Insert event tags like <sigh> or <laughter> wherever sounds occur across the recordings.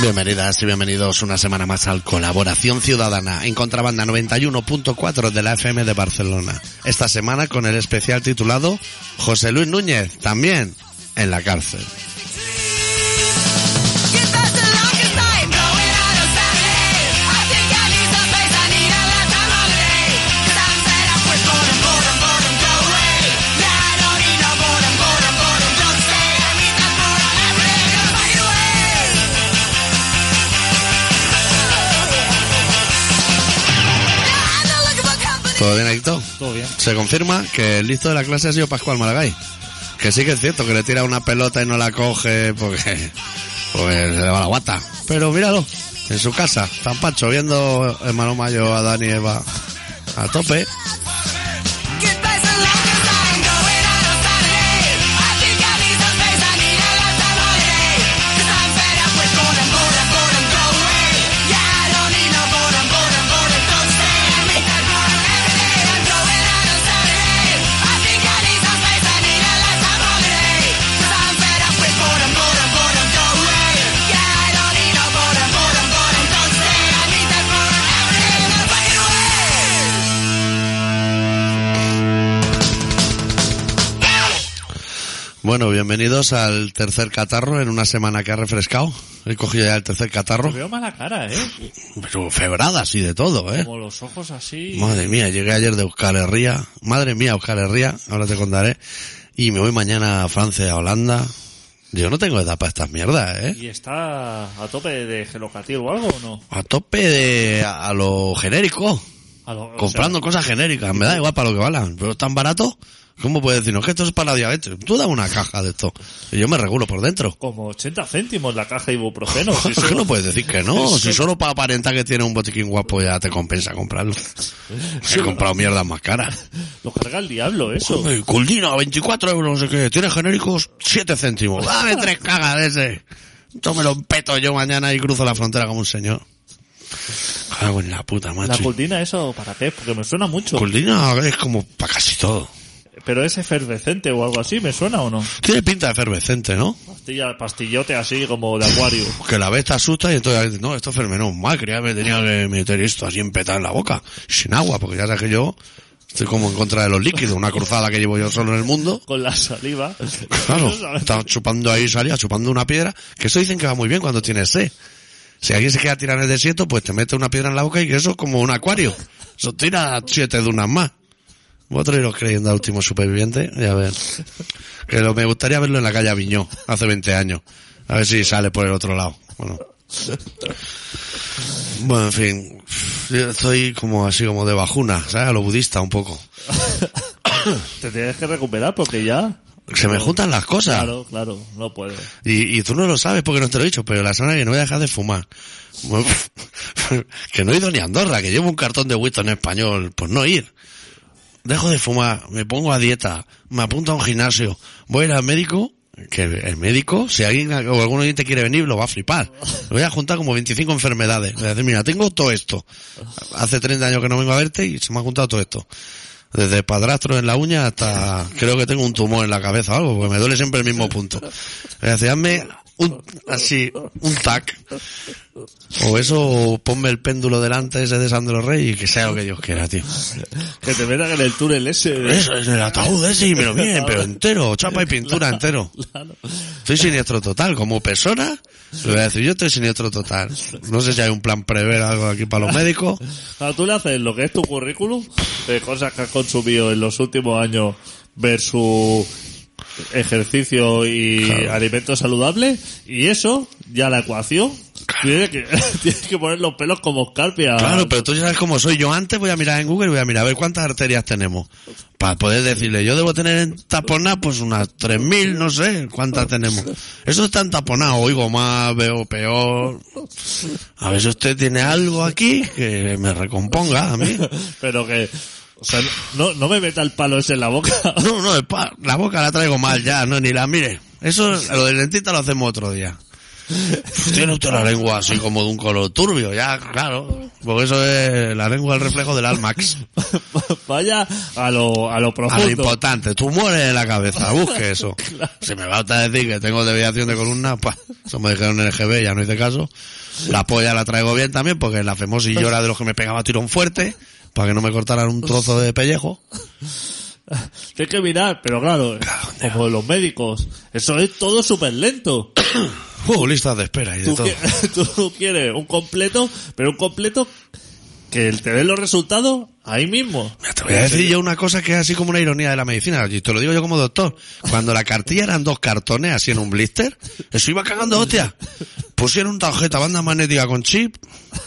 Bienvenidas y bienvenidos una semana más al Colaboración Ciudadana en Contrabanda 91.4 de la FM de Barcelona. Esta semana con el especial titulado José Luis Núñez, también en la cárcel. ¿Todo bien, Héctor? Todo bien. Se confirma que el listo de la clase ha sido Pascual Maragall. Que sí que es cierto que le tira una pelota y no la coge porque, porque se le va la guata. Pero míralo, en su casa, tan pacho, viendo hermano mayo a Dani y Eva a tope. Bueno, bienvenidos al tercer catarro en una semana que ha refrescado. He cogido ya el tercer Te catarro. veo mala cara, ¿eh? Pero febradas y de todo, ¿eh? Como los ojos así. Madre mía, llegué ayer de Euskal Herria. Madre mía, Euskal Herria, ahora te contaré. Y me voy mañana a Francia, a Holanda. Yo no tengo edad para estas mierdas, ¿eh? ¿Y está a tope de gelocatil o algo o no? A tope de a, a lo genérico. A lo- o Comprando cosas genéricas. Me da igual para lo que valan. Pero es tan barato. ¿Cómo puedes decirnos que esto es para la diabetes? Tú dame una caja de esto. Y yo me regulo por dentro. sea, como 80 céntimos la caja de <laughs> ibuprofeno. si Es que solo- no puedes decir que no. Si Eso- solo para aparentar que tiene un botiquín guapo ya te compensa comprarlo. He comprado mierdas más caras. Lo carga el diablo, eso. Hombre, Culdina, 24 euros, no sé qué. Tiene genéricos 7 céntimos. Dame tres cagas de ese. Esto me lo peto yo mañana y cruzo la frontera como un señor. Cago en la puta, La macho. cultina, eso, ¿para qué? Porque me suena mucho. Culdina es como para casi todo. Pero es efervescente o algo así, ¿me suena o no? Tiene pinta de efervescente, ¿no? Pastilla, pastillote así como de acuario. Que la vez te asusta y entonces dices, no, esto es fermenón mal, creía que me tenía que meter esto así empetado en la boca, sin agua, porque ya sabes que yo estoy como en contra de los líquidos, una cruzada que llevo yo solo en el mundo. Con la saliva. Claro, está chupando ahí salía, chupando una piedra, que eso dicen que va muy bien cuando tienes sed. Si alguien se queda tirado en el desierto, pues te mete una piedra en la boca y que eso es como un acuario. Eso tira siete dunas más. Vosotros iros creyendo al último superviviente, y a ver. Que lo- me gustaría verlo en la calle Aviñó, hace 20 años. A ver si sale por el otro lado. Bueno. Bueno, en fin. Yo estoy como así, como de bajuna, ¿sabes? A lo budista un poco. Te tienes que recuperar porque Ah. ya... Se me juntan las cosas. Claro, claro, no puedes. Y, y tú no lo sabes porque no te lo he dicho, pero la semana que no voy a dejar de fumar. Bueno, <laughs> que no he ido ni a Andorra, que llevo un cartón de Winston en español, pues no ir. Dejo de fumar, me pongo a dieta, me apunto a un gimnasio, voy a ir al médico, que el médico, si alguien o algún oyente quiere venir, lo va a flipar. Le voy a juntar como 25 enfermedades. Le voy a decir, mira, tengo todo esto. Hace 30 años que no vengo a verte y se me ha juntado todo esto. Desde padrastro en la uña hasta creo que tengo un tumor en la cabeza o algo, porque me duele siempre el mismo punto. Es decir, hazme un, así, un tac. O eso, o ponme el péndulo delante ese de Sandro Rey y que sea lo que Dios quiera, tío. Que te metan en el túnel ese. <laughs> ¿eh? de- Eso es el ataúd ese y me lo miren, pero entero, chapa y pintura entero. Claro. Estoy siniestro total, como persona, le voy a decir, yo estoy siniestro total. No sé si hay un plan prever algo aquí para los médicos. Claro, tú le haces lo que es tu currículum de cosas que has consumido en los últimos años versus ejercicio y alimento saludable y eso ya la ecuación tiene que, <laughs> tienes que poner los pelos como escarpia Claro, pero tú ya sabes cómo soy. Yo antes voy a mirar en Google y voy a mirar a ver cuántas arterias tenemos. Para poder decirle, yo debo tener en taponada pues unas 3.000, no sé Ah. cuántas tenemos. Eso está en taponado, oigo más, veo peor. A ver si usted tiene algo aquí que me recomponga a mí. pero que o sea, no, no me meta el palo ese en la boca <laughs> No, no, el pa- la boca la traigo mal ya, no, ni la mire. Eso, lo del dentista lo hacemos otro día. Tiene usted la lengua así como de un color turbio, ya, claro. Porque eso es la lengua el reflejo del Almax. Vaya a lo, a lo A lo profundo. importante, tumores en la cabeza, busque eso. Si me va a decir que tengo deviación de columna, pa, eso me dijeron en el GB, ya no hice caso. La polla la traigo bien también, porque la femosis yo era de los que me pegaba tirón fuerte, para que no me cortaran un trozo de pellejo. Tienes que mirar, pero claro, como los médicos, eso es todo súper lento. Uh, listas de espera y de Tú, todo. qui- <laughs> tú quieres un completo, pero un completo que te den los resultados ahí mismo. Te voy a decir yo una cosa que es así como una ironía de la medicina, y te lo digo yo como doctor. Cuando la cartilla eran dos cartones así en un blister, eso iba cagando hostia. Pusieron tarjeta banda magnética con chip,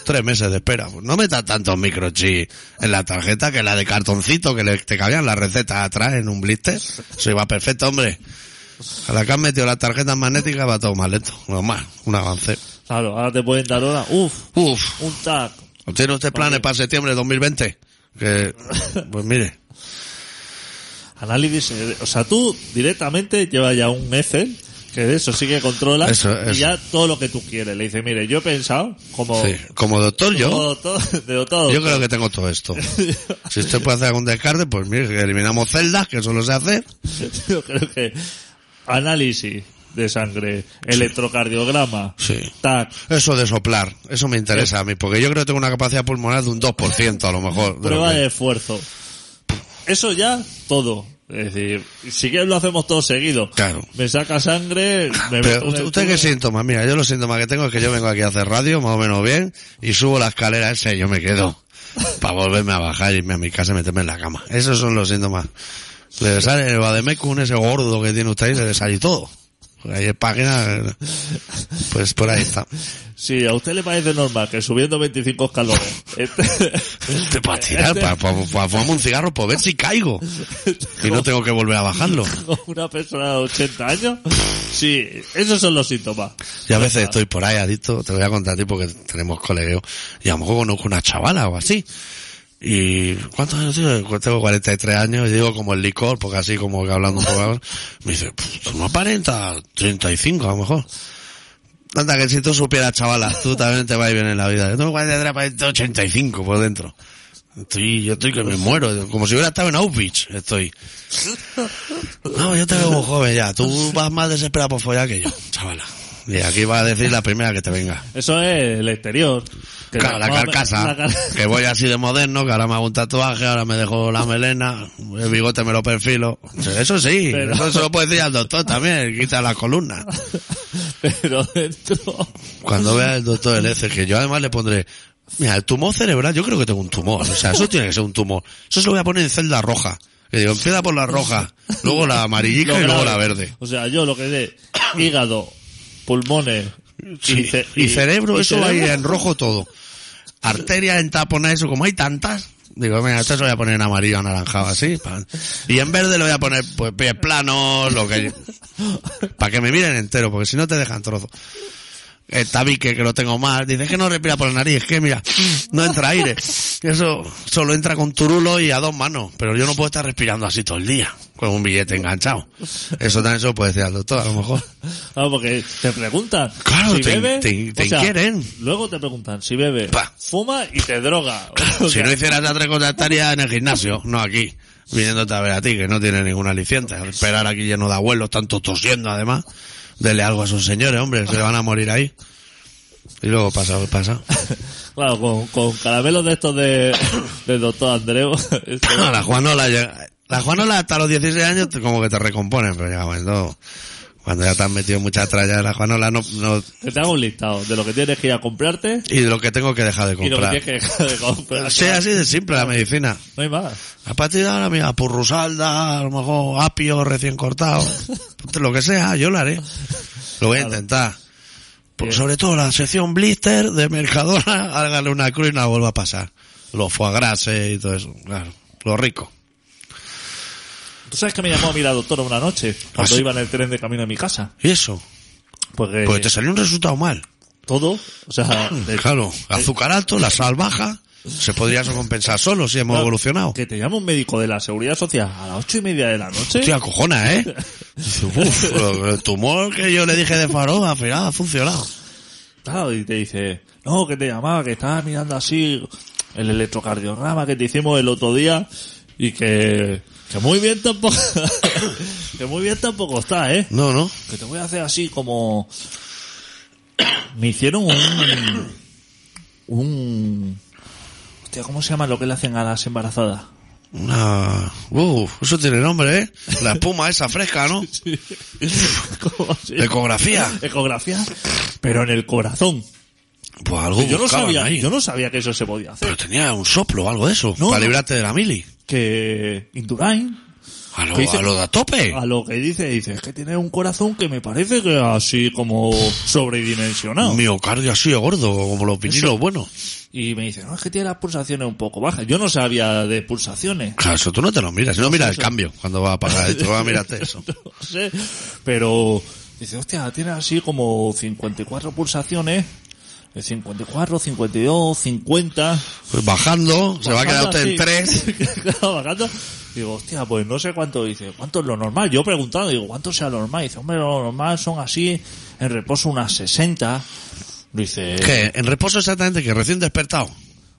tres meses de espera. Pues No metas tantos microchips en la tarjeta que la de cartoncito que le- te cabían las recetas atrás en un blister. Eso iba perfecto, hombre. A la que han metido las tarjetas magnéticas va todo más lento. Normal, un avance. Claro, ahora te pueden dar hora, uff, Uf, un tag. ¿tiene usted planes para septiembre de 2020? Que, pues mire. Análisis, eh, o sea, tú directamente llevas ya un Excel, que de eso sí que controlas, Eso, eso. y ya todo lo que tú quieres. Le dices, mire, yo he pensado, como, Sí, como doctor yo, como todo, de todo, yo creo que tengo todo esto. Si usted puede hacer algún descarte, pues mire, que eliminamos celdas, que eso lo sé hacer. <laughs> Yo creo que análisis de sangre, electrocardiograma, Sí. TAC, Eso de soplar, eso me interesa a mí, porque yo creo que tengo una capacidad pulmonar de un 2% a lo mejor. de lo prueba que- de esfuerzo. Eso ya, todo. Es decir, si quieres lo hacemos todo seguido. Claro. Me saca sangre, me meto Pero, en ¿usted, el usted qué tubo. síntomas? Mira, yo los síntomas que tengo es que yo vengo aquí a hacer radio, más o menos bien, y subo la escalera esa y yo me quedo. Para volverme a bajar y irme a mi casa y meterme en la cama. Esos son los síntomas. Le sale el Bademecum, ese gordo que tiene usted ahí, le sale todo. Por ahí es página, pues por ahí está. Si a usted le parece normal que subiendo 25 escalones este- <laughs> Te para tirar, para, para, fumarme un cigarro, para ver si caigo. Y no tengo que volver a bajarlo. con una persona de 80 años, sí, esos son los síntomas. Y a veces estoy por ahí adicto, te voy a contar a ti porque tenemos colegueo. Y a lo mejor conozco una chavala o así. Y, ¿cuántos años tengo? Tengo 43 años y digo como el licor, porque así como que hablando un poco. ahora, Me dice, "Pff, tú no aparentas 35 a lo mejor. Anda que si tú supieras, chavala, tú también te vas bien en la vida. Yo tengo 43, aparento 85 por dentro. Estoy, yo estoy que me muero, como si hubiera estado en Auschwitz, estoy. No, yo te veo muy joven ya, tú vas más desesperado por follar que yo, chavala. Y aquí va a decir la primera que te venga. Eso es el exterior. Que Claro, la más- carcasa. la car- <laughs> Que voy así de moderno, que ahora me hago un tatuaje, ahora me dejo la melena, el bigote me lo perfilo. Eso sí, Pero- eso se lo puede decir al doctor también, quita la columna. Pero dentro... Cuando vea el doctor el ECG, que yo además le pondré, mira, el tumor cerebral, yo creo que tengo un tumor, o sea, eso tiene que ser un tumor. Eso se lo voy a poner en celda roja. Que digo, empieza por la roja, luego la amarillita <laughs> Lo y luego la grave. verde. O sea, yo lo que de hígado, pulmones Sí, ce- y, cerebro, y eso va a ir cerebro. en rojo todo. Arteria en tapona, eso, como hay tantas. Digo, mira, esto se lo voy a poner en amarillo, anaranjado, así. pa- Y en verde lo voy a poner, pues, pies planos, lo que... Para que me miren entero, porque si no te dejan trozo. El tabique, que lo tengo mal. Dice, es que no respira por la nariz, es que mira, no entra aire. Eso solo entra con turulo y a dos manos. Pero yo no puedo estar respirando así todo el día, con un billete enganchado. Eso también se lo puede decir al doctor, a lo mejor. Claro, porque te preguntan. Claro, si te- bebe, te- te o sea, quieren. Luego te preguntan si bebe, Pa. fuma y <laughs> te droga. O Si sea, no hicieras la tres cosas estarías en el gimnasio, no aquí, viniéndote a ver a ti, que no tiene ningún aliciente. Al Esperar aquí lleno de abuelos, tanto tosiendo además. Dele algo a esos señores, hombre, se van a morir ahí. Y luego pasa lo que <laughs> pasa. Claro, con, con caramelos de estos de, <coughs> del doctor Andreu. <laughs> este, la Juanola llega- La Juanola hasta los 16 años te- como que te recomponen, pero ya cuando, cuando ya te han metido muchas trallas en la Juanola no, no- que te hago un listado de lo que tienes que ir a comprarte y de lo que tengo que dejar de y lo que comprar. tienes que <laughs> dejar de comprar. Sí, así de simple la medicina. No hay más. A partir de ahora, mira, purrusalda, a lo mejor apio recién cortado, <laughs> lo que sea, yo lo haré. Lo voy a intentar. Por- Bien. sobre todo la sección blister de Mercadona, <laughs> hágale una cruz y no la vuelva a pasar. Los foie gras eh, y todo eso, claro. Lo rico. ¿Tú sabes que me llamó a mí la doctora una noche cuando Ah, sí? iba en el tren de camino a mi casa? ¿Y eso? Porque Pues Mm. te salió un resultado mal. todo, o sea, de- Claro, azúcar alto, la sal baja, se podría eso compensar solo si hemos Claro, evolucionado. Que te llama un médico de la seguridad social a las ocho y media de la noche. Hostia, cojona, ¿eh? Dice, "Uf, lo- el tumor que yo le dije de farol al final ha funcionado. Claro, y te dice, no, que te llamaba, que estabas mirando así el electrocardiograma que te hicimos el otro día y que, que muy bien tampoco, <coughs> que muy bien tampoco está, eh. No, no. Que te voy a hacer así como, me hicieron un, un, hostia, ¿cómo se llama lo que le hacen a <laughs> las embarazadas? Una... Uf, eso tiene nombre, ¿eh? La espuma esa fresca, <laughs> ¿no? ¿Cómo se llama? Ecografía. Ecografía, pero en el corazón. Pues algo Yo no buscaban sabía, ahí. yo no sabía que eso se podía hacer. Pero tenía un soplo o algo de eso. No, para no. librarte de la mili. Que Indurain A lo, ¿Qué dice? a lo de a tope. a lo que Ah, dice, dice, es que tiene un corazón que me parece que así como sobredimensionado. Miocardio así de gordo, como los vinilos buenos. Y me dice, no, es que tiene las pulsaciones un poco bajas. Yo no sabía de pulsaciones. <laughs> Claro, eso tú no te lo miras. Si no, mira el eso. cambio cuando va a pagar. Tú vas a mirarte eso. No sé, pero dice, hostia, tiene así como 54 pulsaciones. De 54, 52, 50. Pues <laughs> bajando, se va a quedar Bajando usted en así. tres. <laughs> Claro, bajando. Digo, hostia, pues no sé cuánto dice. ¿Cuánto es lo normal? Yo preguntando, digo, ¿cuánto sea lo normal? Dice, hombre, lo normal son así, en reposo unas 60. Dice... ¿Qué? En reposo exactamente, que recién despertado.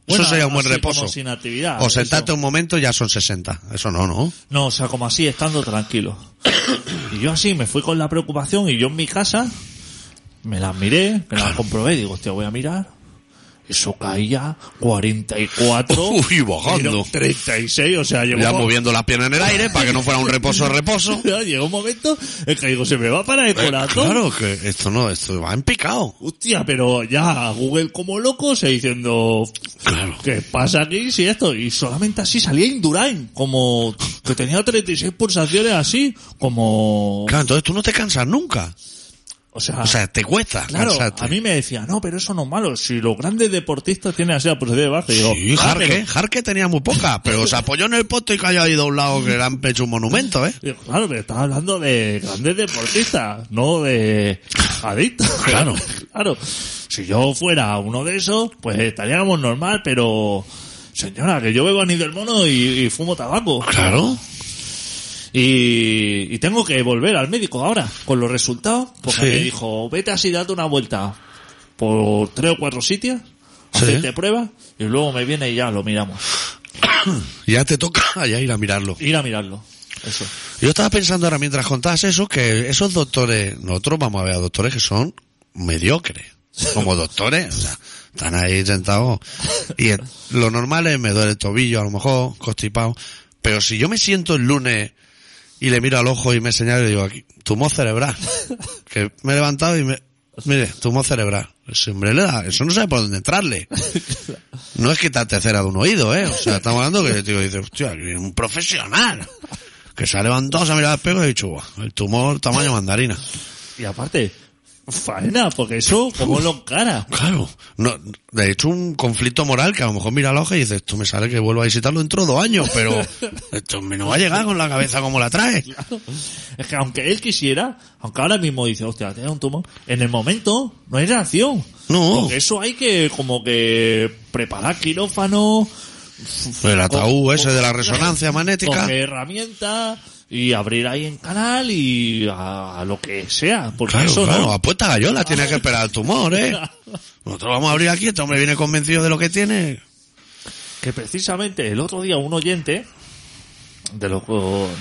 bueno, eso sería un buen así reposo. como sin actividad. O eso. sentarte un momento ya son 60. Eso no, ¿no? No, o sea, como así, estando tranquilo. Y yo así me fui con la preocupación y yo en mi casa me las miré, me las comprobé, digo, hostia, voy a mirar. Eso caía <laughs> 44. Uy, bajando. era 36, o sea, Ya llevó moviendo las piernas en el aire para que no fuera un reposo <laughs> reposo. Llegó un momento en que digo, se me va para el corazón. Eh, Claro que esto no, esto va en picado. Hostia, pero ya Google como loco se diciendo, Claro. ¿qué pasa aquí si esto? Y solamente así salía Indurain, como que tenía 36 pulsaciones así, como... Claro, entonces tú no te cansas nunca. O sea, O sea, te cuesta claro, cansarte. a mí me decía, no, pero eso no es malo, si los grandes deportistas tienen así la pulsación baja, y digo, Sí, "Ah, pero Jarque, Jarque tenía muy poca, pero se apoyó en el poste y cayó ahí doblado que le han hecho un monumento, ¿eh? Digo, Claro, pero estás hablando de grandes deportistas, no de adictos. <laughs> Claro. claro. Si yo fuera uno de esos, pues estaríamos normal, pero señora, que yo bebo anís del mono y, y fumo tabaco. Claro. Y, y tengo que volver al médico ahora con los resultados, porque Sí. me dijo, vete así, date una vuelta por tres o cuatro sitios, Sí. hacerte pruebas y luego me viene y ya lo miramos. Ya te toca <laughs> ya ir a mirarlo. Ir a mirarlo. Eso. Yo estaba pensando ahora mientras contabas eso, que esos doctores, nosotros vamos a ver a doctores que son mediocres. Como doctores, o sea, están ahí sentados. Y el- lo normal es, me duele el tobillo a lo mejor, constipado. Pero si yo me siento el lunes y le miro al ojo y me señalo y digo, aquí, tumor cerebral. Que me he levantado y me, mire, tumor cerebral. Ese hombre le da- eso no sabe por dónde entrarle. No es que te tercera de un oído, eh. O sea, estamos hablando que el tío dice, hostia, que es un profesional. Que se ha levantado, se ha mirado al espejo y ha dicho, "Buah, el tumor tamaño mandarina. Y aparte, faena, porque eso, como lo encara. Claro. No, de hecho, un conflicto moral que a lo mejor mira la hoja y dice, esto me sale que vuelvo a visitarlo dentro de dos años, <laughs> pero esto me no va a llegar con la cabeza como la trae. Es que aunque él quisiera, aunque ahora mismo dice, hostia, tiene un tumor, en el momento no hay reacción. No, Porque eso hay que, como que, preparar quirófano, el ataúd co- ese de la co- resonancia magnética. coger herramientas y abrir ahí en canal y a, a lo que sea. Porque Claro, eso claro, no. apuesta gallola, tiene que esperar el tumor, ¿eh? Nosotros vamos a abrir aquí, este hombre viene convencido de lo que tiene. Que precisamente el otro día un oyente, de los,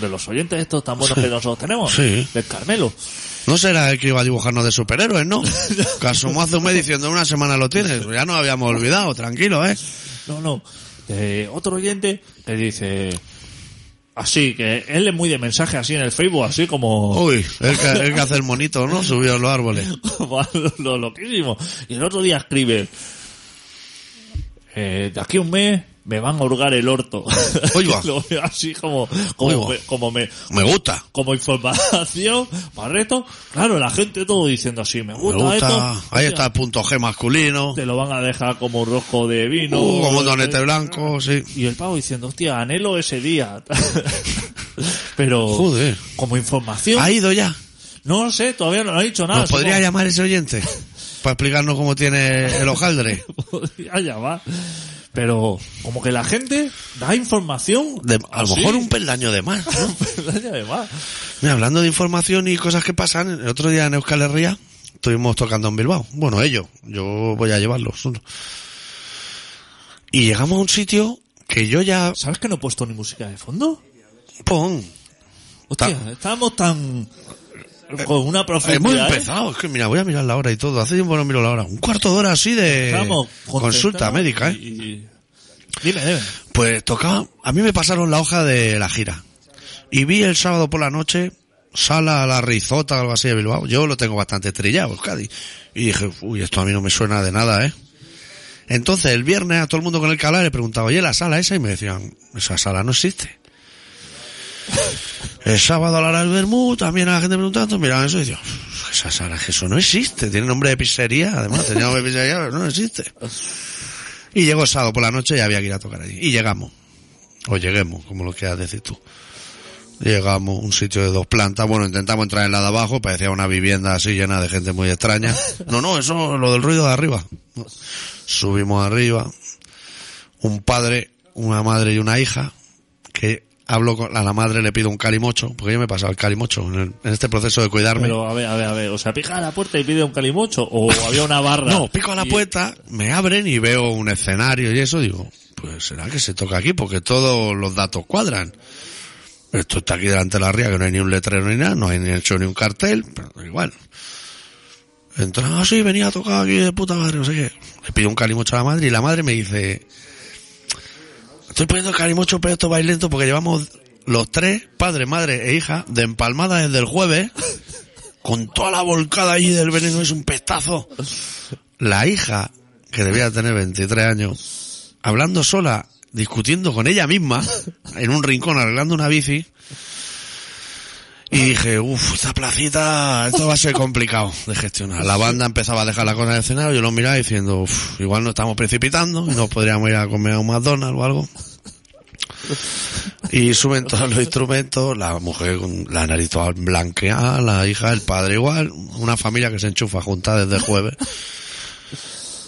de los oyentes estos tan buenos Sí. que nosotros tenemos, Sí. del Carmelo, No será el que iba a dibujarnos de superhéroes, ¿no? Que asomó hace un mes diciendo en una semana lo tienes. Ya nos habíamos olvidado, tranquilo, ¿eh? No, no. Eh, otro oyente que dice así, que él es muy de mensaje así en el Facebook, así como, Uy, el que, el que hace el monito, ¿no? Subió a los árboles. como a <laughs> lo, lo loquísimo. Y el otro día escribe, eh, de aquí a un mes me van a hurgar el orto. <laughs> Uy, va. Lo veo así como, Uy, como, va. me- como me, Me gusta. como información para reto. Claro, la gente todo diciendo así, me Me gusta, gusta. esto. Ahí está el punto G masculino. Te lo van a dejar como un rosco de vino. Uh, como un donete blanco, sí. Y el pavo diciendo, hostia, anhelo ese día. <laughs> Pero Joder. como información, Ha ido ya. no lo sé, todavía no ha dicho nada. ¿Nos podría supongo- llamar ese oyente? Para explicarnos cómo tiene el hojaldre. podría llamar. Pero como que la gente da información. De- a lo así, <laughs> mejor un peldaño de más. un peldaño de más. Mira, hablando de información y cosas que pasan, el otro día en Euskal Herria estuvimos tocando en Bilbao. Bueno, ellos, yo voy a llevarlos. uno. Y llegamos a un sitio que yo ya... ¿Sabes que no he puesto ni música de fondo? Pon. Hostia, Ta- estábamos tan... Con una profundidad. Hemos ¿eh? empezado, es que mira, voy a mirar la hora y todo. Hace tiempo que no miro la hora. Un cuarto de hora así de Estábamos consulta concentrados médica, ¿eh? y- y- Dime, dime. Pues tocaba, a mí me pasaron la hoja de la gira. Y vi el sábado por la noche, sala a la rizota o algo así de Bilbao. Yo lo tengo bastante trillado, Euskadi. Y dije, uy, esto a mí no me suena de nada, ¿eh? Entonces el viernes a todo el mundo con el que hablaba le preguntaba, oye, la sala esa, y me decían, esa sala no existe. El sábado a la hora del Bermú, también a la gente preguntando, miraban eso y decían, esa sala, que eso no existe, tiene nombre de pizzería, además, tenía nombre de pizzería, pero no existe. Y llegó el sábado por la noche y había que ir a tocar allí. Y llegamos. O lleguemos, como lo quieras decir tú. Llegamos a un sitio de dos plantas. Bueno, intentamos entrar en la de abajo, parecía una vivienda así llena de gente muy extraña. No, no, eso, lo del ruido de arriba. No. Subimos arriba. Un padre, una madre y una hija, que hablo con, a la madre le pido un calimocho, porque yo me he pasado el calimocho en, el- en este proceso de cuidarme. Pero a ver, a ver, a ver. O sea, pija a la puerta y pide un calimocho. O había una barra. No, pico a la Y- puerta, me abren y veo un escenario y eso, digo, pues será que se toca aquí porque todos los datos cuadran. Esto está aquí delante de la ría, que no hay ni un letrero ni nada, no hay ni hecho ni un cartel, pero da igual. Entra, ah, sí, venía a tocar aquí de puta madre, no sé qué. Le pido un calimocho a la madre y la madre me dice, estoy poniendo calimocho, pero esto va a ir lento porque llevamos los tres, padre, madre e hija, de empalmada desde el jueves, <laughs> con toda la volcada allí del veneno, es un pestazo la hija, que debía tener 23 años, hablando sola, discutiendo con ella misma, <laughs> en un rincón arreglando una bici. Y dije, uff, esta placita, esto va a ser complicado de gestionar. La banda empezaba a dejar la cosa en el escenario, yo lo miraba diciendo, uff, igual nos estamos precipitando, y nos podríamos ir a comer a un McDonald's o algo. Y suben todos los instrumentos, la mujer con la nariz toda blanqueada, la hija, el padre igual, una familia que se enchufa junta desde el jueves.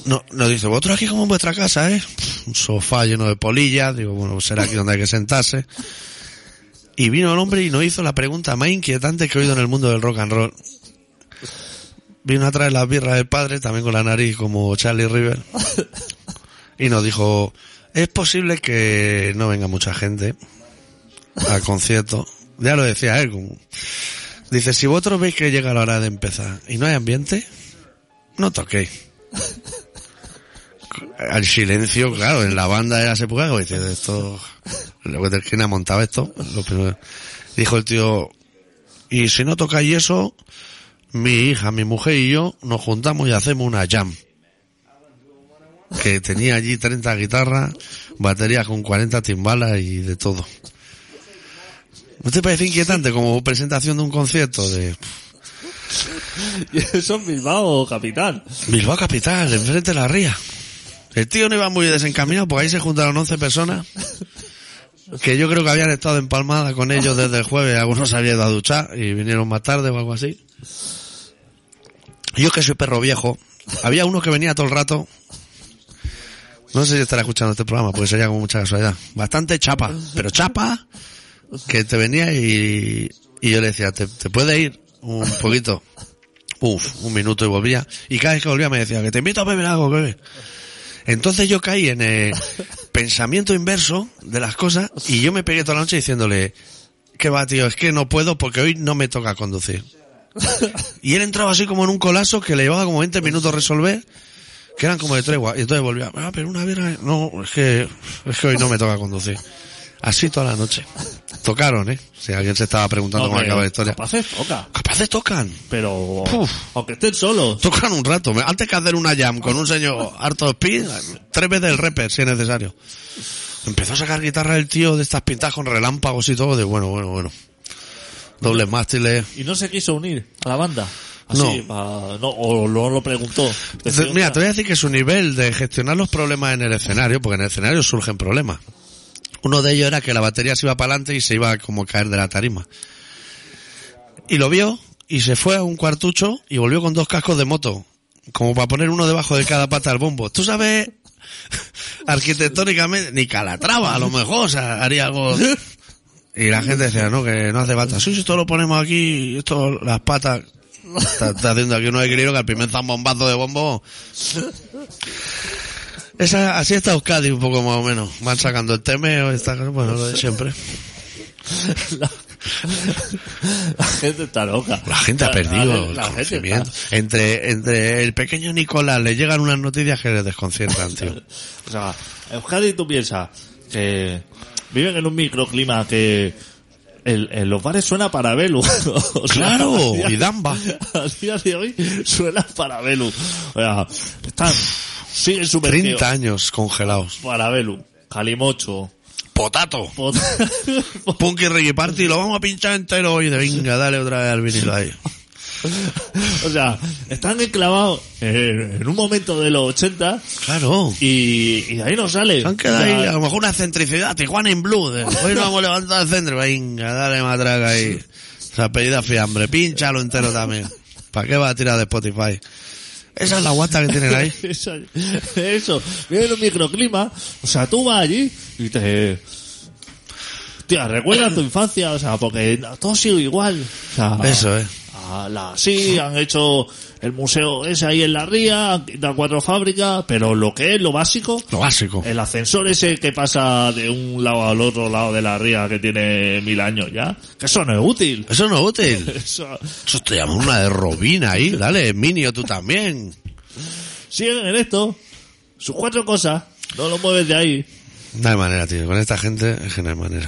No, nos dice, vosotros aquí como en vuestra casa, ¿eh? Un sofá lleno de polillas, digo, bueno, será aquí donde hay que sentarse. Y vino el hombre y nos hizo la pregunta más inquietante que he oído en el mundo del rock and roll. Vino a traer las birras del padre, también con la nariz como Charlie River. Y nos dijo, es posible que no venga mucha gente al concierto. Ya lo decía él. como- Dice, si vosotros veis que llega la hora de empezar y no hay ambiente, no toquéis. Al silencio, claro, en la banda de las épocas, como dice, esto, luego de quién ha montado esto. Lo primero- dijo el tío, y si no tocáis eso, mi hija, mi mujer y yo nos juntamos y hacemos una jam. Que tenía allí 30 guitarras, baterías con 40 timbalas y de todo. ¿No te parece inquietante como presentación de un concierto de Y <laughs> eso es Bilbao, capitán. Bilbao Capital, enfrente de la ría. El tío no iba muy desencaminado porque ahí se juntaron 11 personas que yo creo que habían estado empalmadas con ellos desde el jueves. Algunos se habían ido a duchar y vinieron más tarde o algo así. Yo que soy perro viejo, había uno que venía todo el rato. No sé si estará escuchando este programa porque sería como mucha casualidad. Bastante chapa, pero chapa que te venía y, y yo le decía, ¿te, te puede ir un poquito? Uf, un minuto y volvía. Y cada vez que volvía me decía, que te invito a beber algo, que bebe. Entonces yo caí en el pensamiento inverso de las cosas y yo me pegué toda la noche diciéndole, que va tío, es que no puedo porque hoy no me toca conducir. Y él entraba así como en un colapso que le llevaba como 20 minutos resolver, que eran como de tregua. Y entonces volvía, ah, pero una birra, no, es que, es que hoy no me toca conducir. Así toda la noche. Tocaron, eh. Si alguien se estaba preguntando cómo Hombre, acaba la historia. Capaces, toca. Capaces tocan. Pero, Puf. aunque estén solos. Tocan un rato. me- Antes que hacer una jam con un señor harto de speed, tres veces el rapper, si es necesario. Empezó a sacar guitarra el tío de estas pintadas con relámpagos y todo, de bueno, bueno, bueno. Dobles mástiles. Y no se quiso unir a la banda. Así, No. pa- no, o no lo preguntó. Decía, Entonces, mira, te "Hostia, voy a decir que su nivel de gestionar los problemas en el escenario, porque en el escenario surgen problemas. Uno de ellos era que la batería se iba para adelante y se iba como a caer de la tarima. Y lo vio y se fue a un cuartucho y volvió con dos cascos de moto, como para poner uno debajo de cada pata al bombo. Tú sabes, <laughs> arquitectónicamente, ni Calatrava a lo mejor, o sea, haría algo Y la gente decía, no, que no hace falta. Sí, si esto lo ponemos aquí, esto, las patas. Está, está haciendo aquí uno de crío que al primer zambombazo de bombo. Esa, así está Euskadi un poco más o menos. Van sacando el teme o está, bueno, lo de siempre. La, la gente está loca. La gente ha perdido el la gente conocimiento. Entre, entre el pequeño Nicolás le llegan unas noticias que le desconciertan, tío. O sea, Euskadi, tú piensas que viven en un microclima que en, en los bares suena para Belu. <laughs> O <laughs> sea, Claro, Pues, a día- y Damba. A día de hoy suena para Belu. O sea, están, siguen sumergidos. 30 años congelados. Para Belu, Calimocho. Potato. Pot- <laughs> Punky Reggae Party, lo vamos a pinchar entero hoy. De venga, dale otra vez al vinilo ahí. o sea, están enclavados en, en un momento de los 80 Claro. y, y de ahí no sale. Se han quedado O sea, ahí, a lo mejor una centricidad, Tijuana en Blue. de, hoy nos hemos levantado al centro. Venga, dale matraca ahí. O sea, pedida fiambre, pínchalo entero también. ¿Para qué va a tirar de Spotify? Esa es la guata que tienen <laughs> ahí. Eso, eso, viene en un microclima, o sea, tú vas allí y te... Tía, recuerdas tu infancia, o sea, porque todo sigue igual. O sea, Eso, eh. a la- sí, han hecho el museo ese ahí en la ría, han quitado cuatro fábricas, pero lo que es lo básico, Lo básico. el ascensor ese que pasa de un lado al otro lado de la ría que tiene mil años ya, que eso no es útil. <laughs> Eso no es útil. Eso, Eso te llama una de Robina ahí. Dale, Minio, tú también. siguen en esto, sus cuatro cosas, no lo mueves de ahí. No hay manera, tío. Con esta gente es que no hay manera.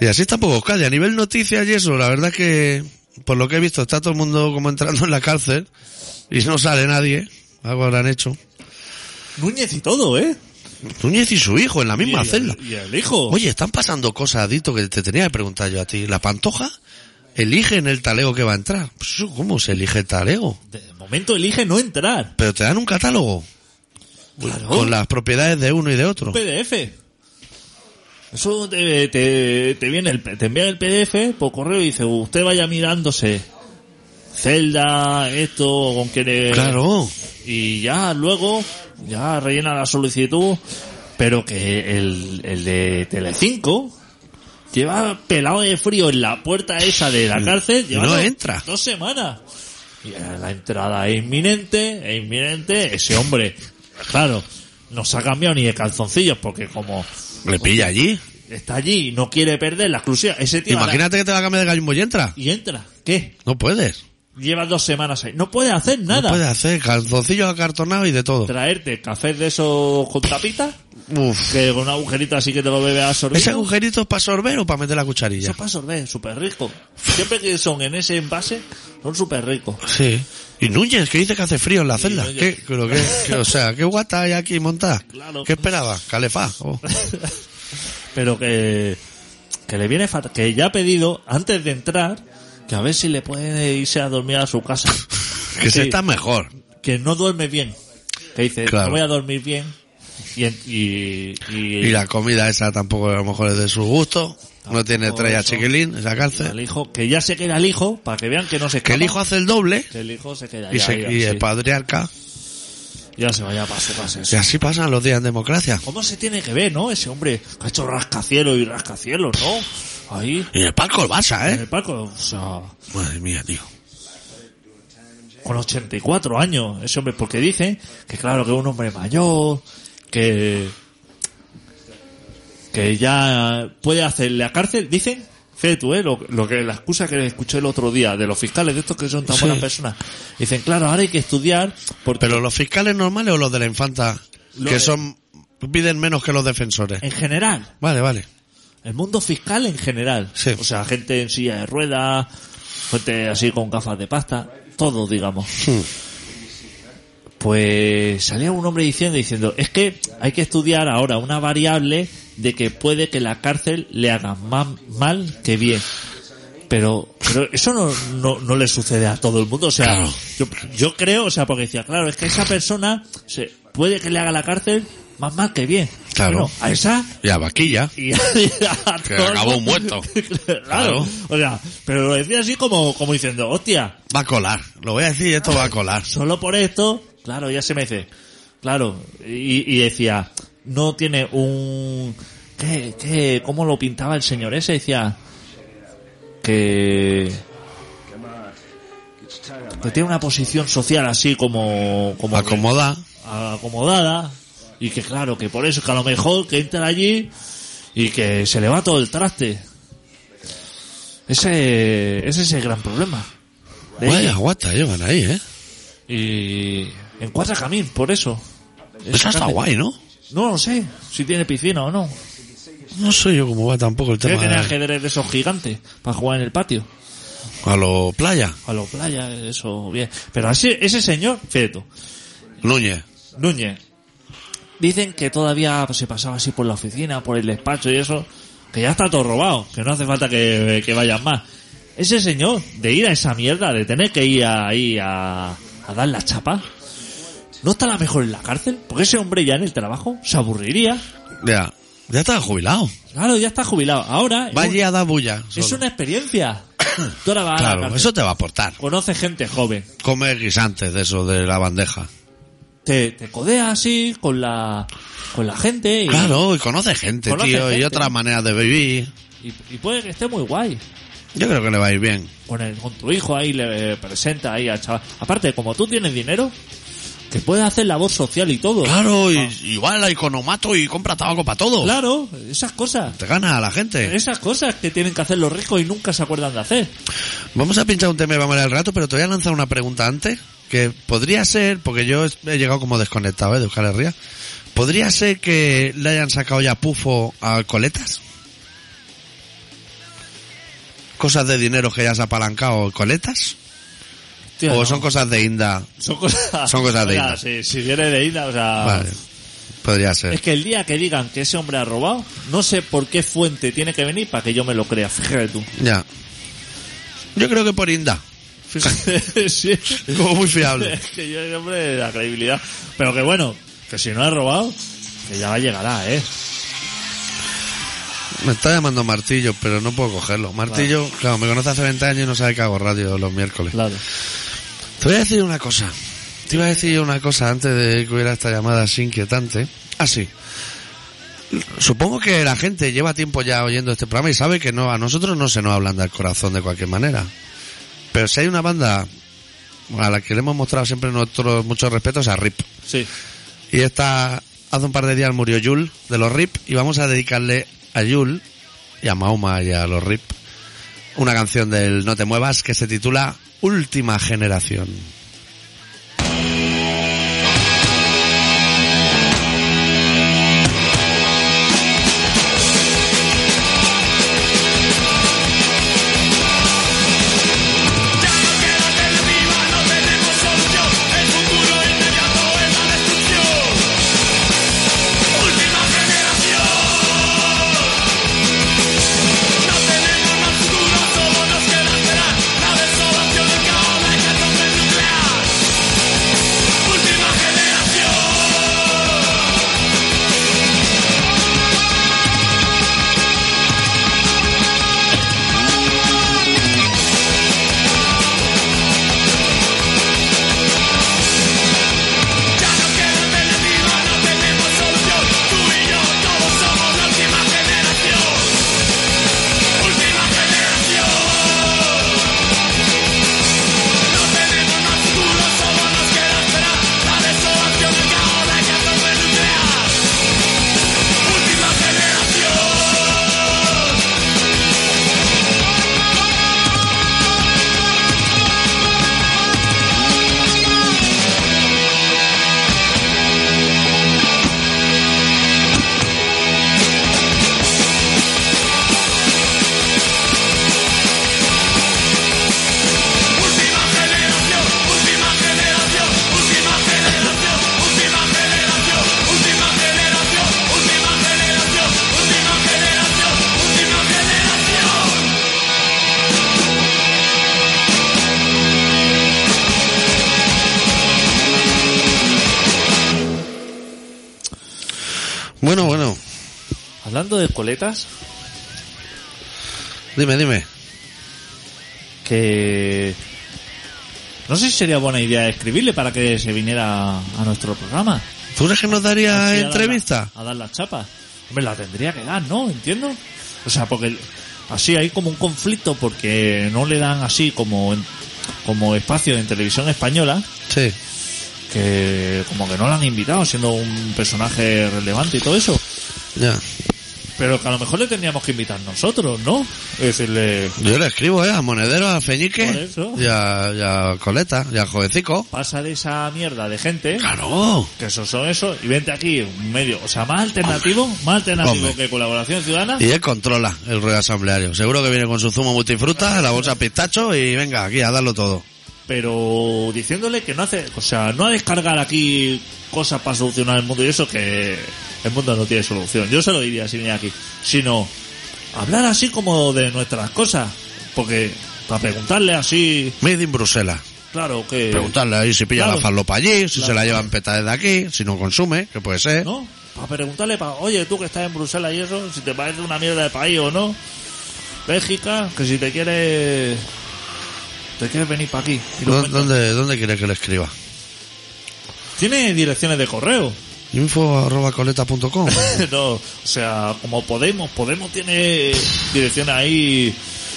Y así está poco Euskadi. A nivel noticias y eso, la verdad es que, por lo que he visto, está todo el mundo como entrando en la cárcel y no sale nadie. Algo habrán hecho. Núñez y todo, ¿eh? Núñez y su hijo en la misma y, celda. y el hijo. Oye, están pasando cosas, Dito, que te tenía que preguntar yo a ti. ¿La pantoja? ¿Eligen el talego que va a entrar? Pues eso, ¿Cómo se elige el talego? De momento elige no entrar. Pero te dan un catálogo Claro. con las propiedades de uno y de otro. Un PDF. Eso te, te, te viene el, te envían el PDF por correo y dice, usted vaya mirándose. Celda, esto, con quién es. Claro. Y ya luego, ya rellena la solicitud. Pero que el, el de Telecinco lleva pelado de frío en la puerta esa de la cárcel. lleva no dos- entra. Dos semanas. Y eh, la entrada es inminente, es inminente. Ese hombre, claro, no se ha cambiado ni de calzoncillos porque como Le pilla allí. está allí y no quiere perder la exclusiva, ese tío... ahora- Imagínate que te la cambie de gallumbo y entra. Y entra. ¿Qué? No puedes. Lleva dos semanas ahí. No puede hacer No nada. puedes hacer calzoncillos acartonados y de todo. Traerte café de esos con tapita, Uf. que con una agujerita así que te lo bebe a sorber. ¿Ese agujerito es para sorber o para meter la Eso cucharilla? es para sorber, súper rico. Siempre que son en ese envase, son súper ricos. Sí. Y Núñez, que dice que hace frío en la celda. Núñez. ¿Qué, pero qué- qué- o sea, ¿qué guata hay aquí montada? Claro. ¿Qué esperaba? Calefá. <laughs> Oh. pero que que le viene fat- que ya ha pedido antes de entrar que a ver si le puede irse a dormir a su casa <laughs> Que se Sí. está mejor. que no duerme bien que dice Claro. no voy a dormir bien y en- y, y- Y la comida esa tampoco a lo mejor es de su gusto. No tiene Tampoco estrella eso. chiquilín, esa al cárcel. hijo que ya se queda el hijo para que vean que no se Que el escapa, hijo hace el doble que el hijo se queda y, ya, se, ya, y sí. el patriarca. Ya se vaya para su casa eso. Y así pasan los días en democracia. cómo se tiene que ver no ese hombre que ha hecho rascacielos y rascacielos no ahí Y en el palco el Barça, en ¿eh? el palco o sea Madre mía, tío. con 84 años ese hombre porque dice que claro que es un hombre mayor que que ya puede hacer la cárcel dicen fíjate tú eh, lo, lo que la excusa que escuché el otro día de los fiscales de estos que son tan Sí. buenas personas dicen claro ahora hay que estudiar porque Pero los fiscales normales o los de la infanta, Los que de- son piden menos que los defensores. en general Vale, vale. el mundo fiscal en general Sí. o sea gente en silla de ruedas gente así con gafas de pasta todo digamos Hmm. pues salía un hombre diciendo diciendo es que hay que estudiar ahora una variable de que puede que la cárcel le haga más mal que bien pero, pero eso no, no, no le sucede a todo el mundo o sea Claro. yo, yo creo o sea porque decía claro es que esa persona se, puede que le haga la cárcel más mal que bien Claro. Bueno, a esa Ya, vaquilla. y <laughs> a Que todo- acabó muerto. <laughs> claro. Claro. O sea, pero lo decía así como, como diciendo, hostia, Va a colar. Lo voy a decir, esto va a colar. solo por esto, claro, ya se me dice. Claro. Y, y decía, no tiene un ¿Qué, qué, ¿Cómo lo pintaba el señor ese? Decía que, que tiene una posición social así como... como que- Acomoda. acomodada y que claro, que por eso que a lo mejor que entra allí y que se le va todo el traste. Ese, ese es el gran problema. de Vaya ellos. guata llevan ahí, ¿eh? Y encuentra camino, por eso. Esa Pues está calle- guay, ¿no? No lo sé, si tiene piscina o no. No sé yo cómo va tampoco el Creo tema que tiene de, ajedrez de esos gigantes para jugar en el patio. a lo playa. A los playas, eso, bien. Pero así, ese señor, Feto, Núñez. Núñez. Dicen que todavía pues, se pasaba así por la oficina, por el despacho y eso, que ya está todo robado, que no hace falta que, que vayan más. Ese señor, de ir a esa mierda, de tener que ir ahí a, a dar la chapa, ¿no estará mejor en la cárcel? Porque ese hombre ya en el trabajo se aburriría. Ya, ya está jubilado. Claro, ya está jubilado. Ahora es, un- Vaya a dar bulla. es solo. una experiencia. Tú ahora vas a la Claro, cárcel, eso te va a aportar. conoces gente joven, Comer guisantes de eso, de la bandeja. te, te codeas así con la, con la gente y, Claro, y conoce gente, Conoce tío, y gente. otras maneras de vivir. y- y puede que esté muy guay. Yo creo que le va a ir bien. con, el, con tu hijo ahí, le eh, presenta ahí al chaval. Aparte, como tú tienes dinero, que puedes hacer labor social y todo. Claro, Ah. y, igual a Iconomato y compra tabaco para todo. Claro, esas cosas. Te gana a la gente. Esas cosas que tienen que hacer los ricos y nunca se acuerdan de hacer. Vamos a pinchar un tema y vamos a ir al rato, pero te voy a lanzar una pregunta antes, que podría ser, porque yo he llegado como desconectado ¿eh? de Euskal Herria, ¿podría ser que le hayan sacado ya pufo a coletas? ¿Cosas de dinero que ya se ha apalancado coletas? Tío, ¿O no. son cosas de Inda? Son cosas, son cosas <laughs> de Mira, Inda. Si, si viene de Inda, o sea... Vale, podría ser. Es que el día que digan que ese hombre ha robado, no sé por qué fuente tiene que venir para que yo me lo crea. <laughs> Fíjate tú. Ya. Yo creo que por Inda. Fíjate, <laughs> sí. Es como muy <laughs> fiable. Es que yo, el hombre, la credibilidad. Pero que bueno, que si no ha robado, que ya llegará, ¿eh? Me está llamando Martillo, pero no puedo cogerlo. Martillo, claro, me conoce hace 20 años y no sabe que hago radio los miércoles. Claro. Te voy a decir una cosa. Te iba a decir una cosa antes de que hubiera esta llamada así inquietante. Ah, sí. Supongo que la gente lleva tiempo ya oyendo este programa y sabe que no a nosotros no se nos hablan del corazón de cualquier manera. Pero si hay una banda a la que le hemos mostrado siempre nuestro mucho respeto es a RIP. Sí. Y esta, hace un par de días murió Yul de los RIP y vamos a dedicarle a Yul y a Mahoma y a los RIP una canción del No Te Muevas que se titula Última Generación. Bueno, bueno, Hablando de coletas, dime, dime. que no sé si sería buena idea escribirle para que se viniera a nuestro programa. ¿Tú crees que nos Así a daría dar la- entrevista? A dar las chapas. me la tendría que dar, ¿no? Entiendo. O sea, porque así hay como un conflicto porque no le dan así como, en- como espacio en televisión española Sí. que como que no la han invitado siendo un personaje relevante y todo eso. Ya. Pero que a lo mejor le teníamos que invitar nosotros, ¿no? Es decirle, Yo le escribo, ¿eh? A Monedero, a Feñique. Por eso. Y a, y a Coleta, y a Jovecico. pasa de esa mierda de gente, Claro. que esos son eso, y vente aquí, un medio, o sea, más alternativo, más alternativo Hombre. que colaboración ciudadana. Y él controla el ruido asambleario. Seguro que viene con su zumo multifruta, la bolsa pistacho y venga, aquí a darlo todo. pero diciéndole que no hace, o sea, no a descargar aquí cosas para solucionar el mundo y eso que el mundo no tiene solución. Yo se lo diría si viniera aquí, sino hablar así como de nuestras cosas, porque para preguntarle así, Made in Bruselas. claro que Preguntarle ahí si pilla Claro. la farlopa allí, si se Claro. la llevan peta desde aquí, si no consume, que puede ser. ¿no? Para preguntarle para, oye, tú que estás en Bruselas y eso, si te parece una mierda de país o no. Bélgica, que si te quieres te quieres venir para aquí. Y lo ¿Dó- cuentas. ¿Dónde, ¿Dónde quiere que le escriba? Tiene direcciones de correo. <laughs> Info arroba coleta punto com. no, o sea, como Podemos, Podemos tiene dirección ahí.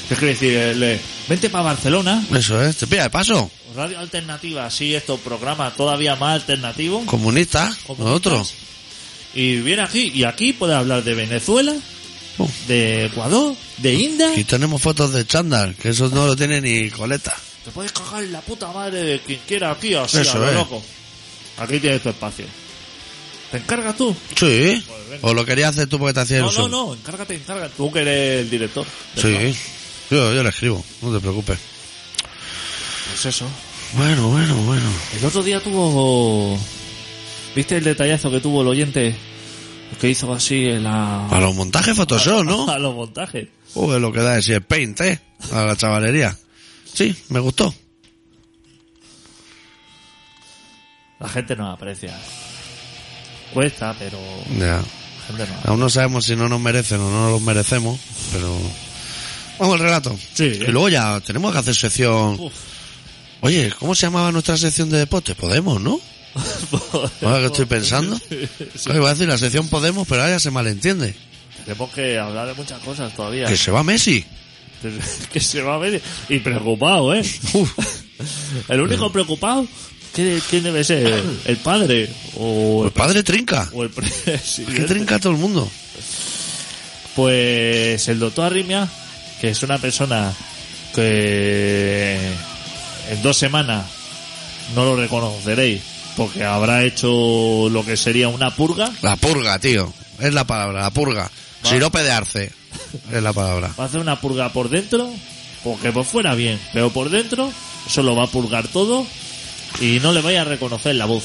Es que decirle, Eh, vente para Barcelona, Eso es, te pilla de paso. radio alternativa, así estos programas todavía más alternativos. Comunista, Comunistas. nosotros. Y viene aquí, y aquí puede hablar de Venezuela, Uh. de Ecuador, de India. Y tenemos fotos de chándal, que eso no lo tiene ni coleta. Te puedes cagar en la puta madre de quien quiera aquí, así, Eso a lo es. loco. Aquí tienes tu espacio. ¿Te encargas tú? Sí. Pues venga. O lo querías hacer tú porque te hacía No, no, ilusión. no, encárgate, encárgate. Tú que eres el director. Sí. Yo, yo le escribo, no te preocupes. Pues eso. Bueno, bueno, bueno. El otro día tuvo... ¿Viste el detallazo que tuvo el oyente? Que hizo así en la... A los montajes Photoshop, ¿no? <laughs> A los montajes. Uy, lo que da es el paint, ¿eh? A la chavalería. Sí, me gustó. La gente nos aprecia. Cuesta, pero... Ya. La gente nos Aún no sabemos si no nos merecen o no nos los merecemos, pero... Vamos al relato. <laughs> Sí. Y luego ya tenemos que hacer sección... Uf. Oye, ¿cómo se llamaba nuestra sección de deportes? Podemos, ¿no? Pues, Ahora que estoy pensando. Claro, iba a decir la sección Podemos, pero ahora ya se malentiende. <laughs> Tenemos que hablar de muchas cosas todavía. Que se va Messi. <laughs> que se va a ver... Y preocupado, ¿eh? Uf. El único preocupado... ¿Quién quién debe ser? ¿El padre? ¿O El Pues padre trinca. o el <laughs> Que presidente? trinca a todo el mundo. Pues el doctor Arrimia, que es una persona que en dos semanas no lo reconoceréis, porque habrá hecho lo que sería una purga, La purga, tío. Es la palabra, la purga. Sirope de arce. Es la palabra. va a hacer una purga por dentro, porque por fuera bien, pero por dentro solo va a purgar todo y no le vaya a reconocer la voz.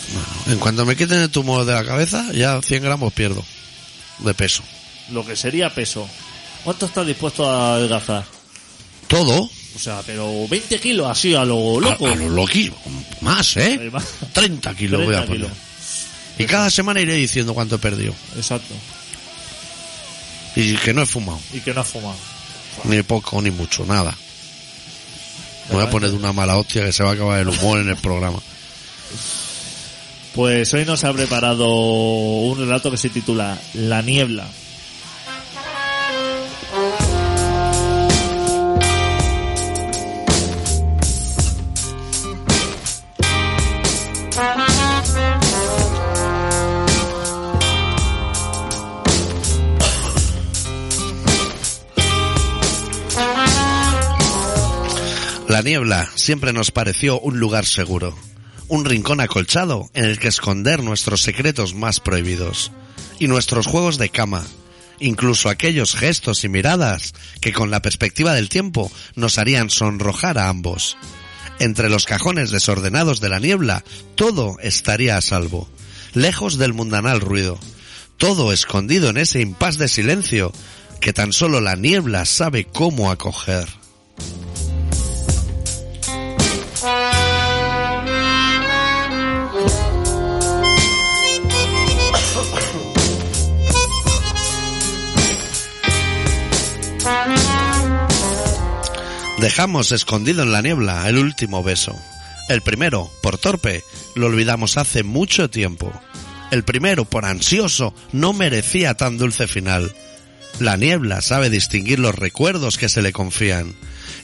En cuanto me quiten el tumor de la cabeza, ya 100 gramos pierdo. De peso. Lo que sería peso. ¿Cuánto está dispuesto a adelgazar? Todo. O sea, pero 20 kilos así a lo loco. A, a lo loqui. Más, ¿eh? Además, 30 kilos voy a 30 poner. kilos. Y cada semana iré diciendo cuánto he perdido. Exacto. Y que no he fumado. Y que no ha fumado. Ni poco, ni mucho, nada. Me voy a poner de una mala hostia que se va a acabar el humor en el programa. Pues hoy nos ha preparado un relato que se titula La niebla. La niebla siempre nos pareció un lugar seguro, un rincón acolchado en el que esconder nuestros secretos más prohibidos y nuestros juegos de cama, incluso aquellos gestos y miradas que con la perspectiva del tiempo nos harían sonrojar a ambos. Entre los cajones desordenados de la niebla, todo estaría a salvo, lejos del mundanal ruido, todo escondido en ese impas de silencio que tan solo la niebla sabe cómo acoger. Dejamos escondido en la niebla el último beso. El primero, por torpe, lo olvidamos hace mucho tiempo. El primero, por ansioso, no merecía tan dulce final. La niebla sabe distinguir los recuerdos que se le confían.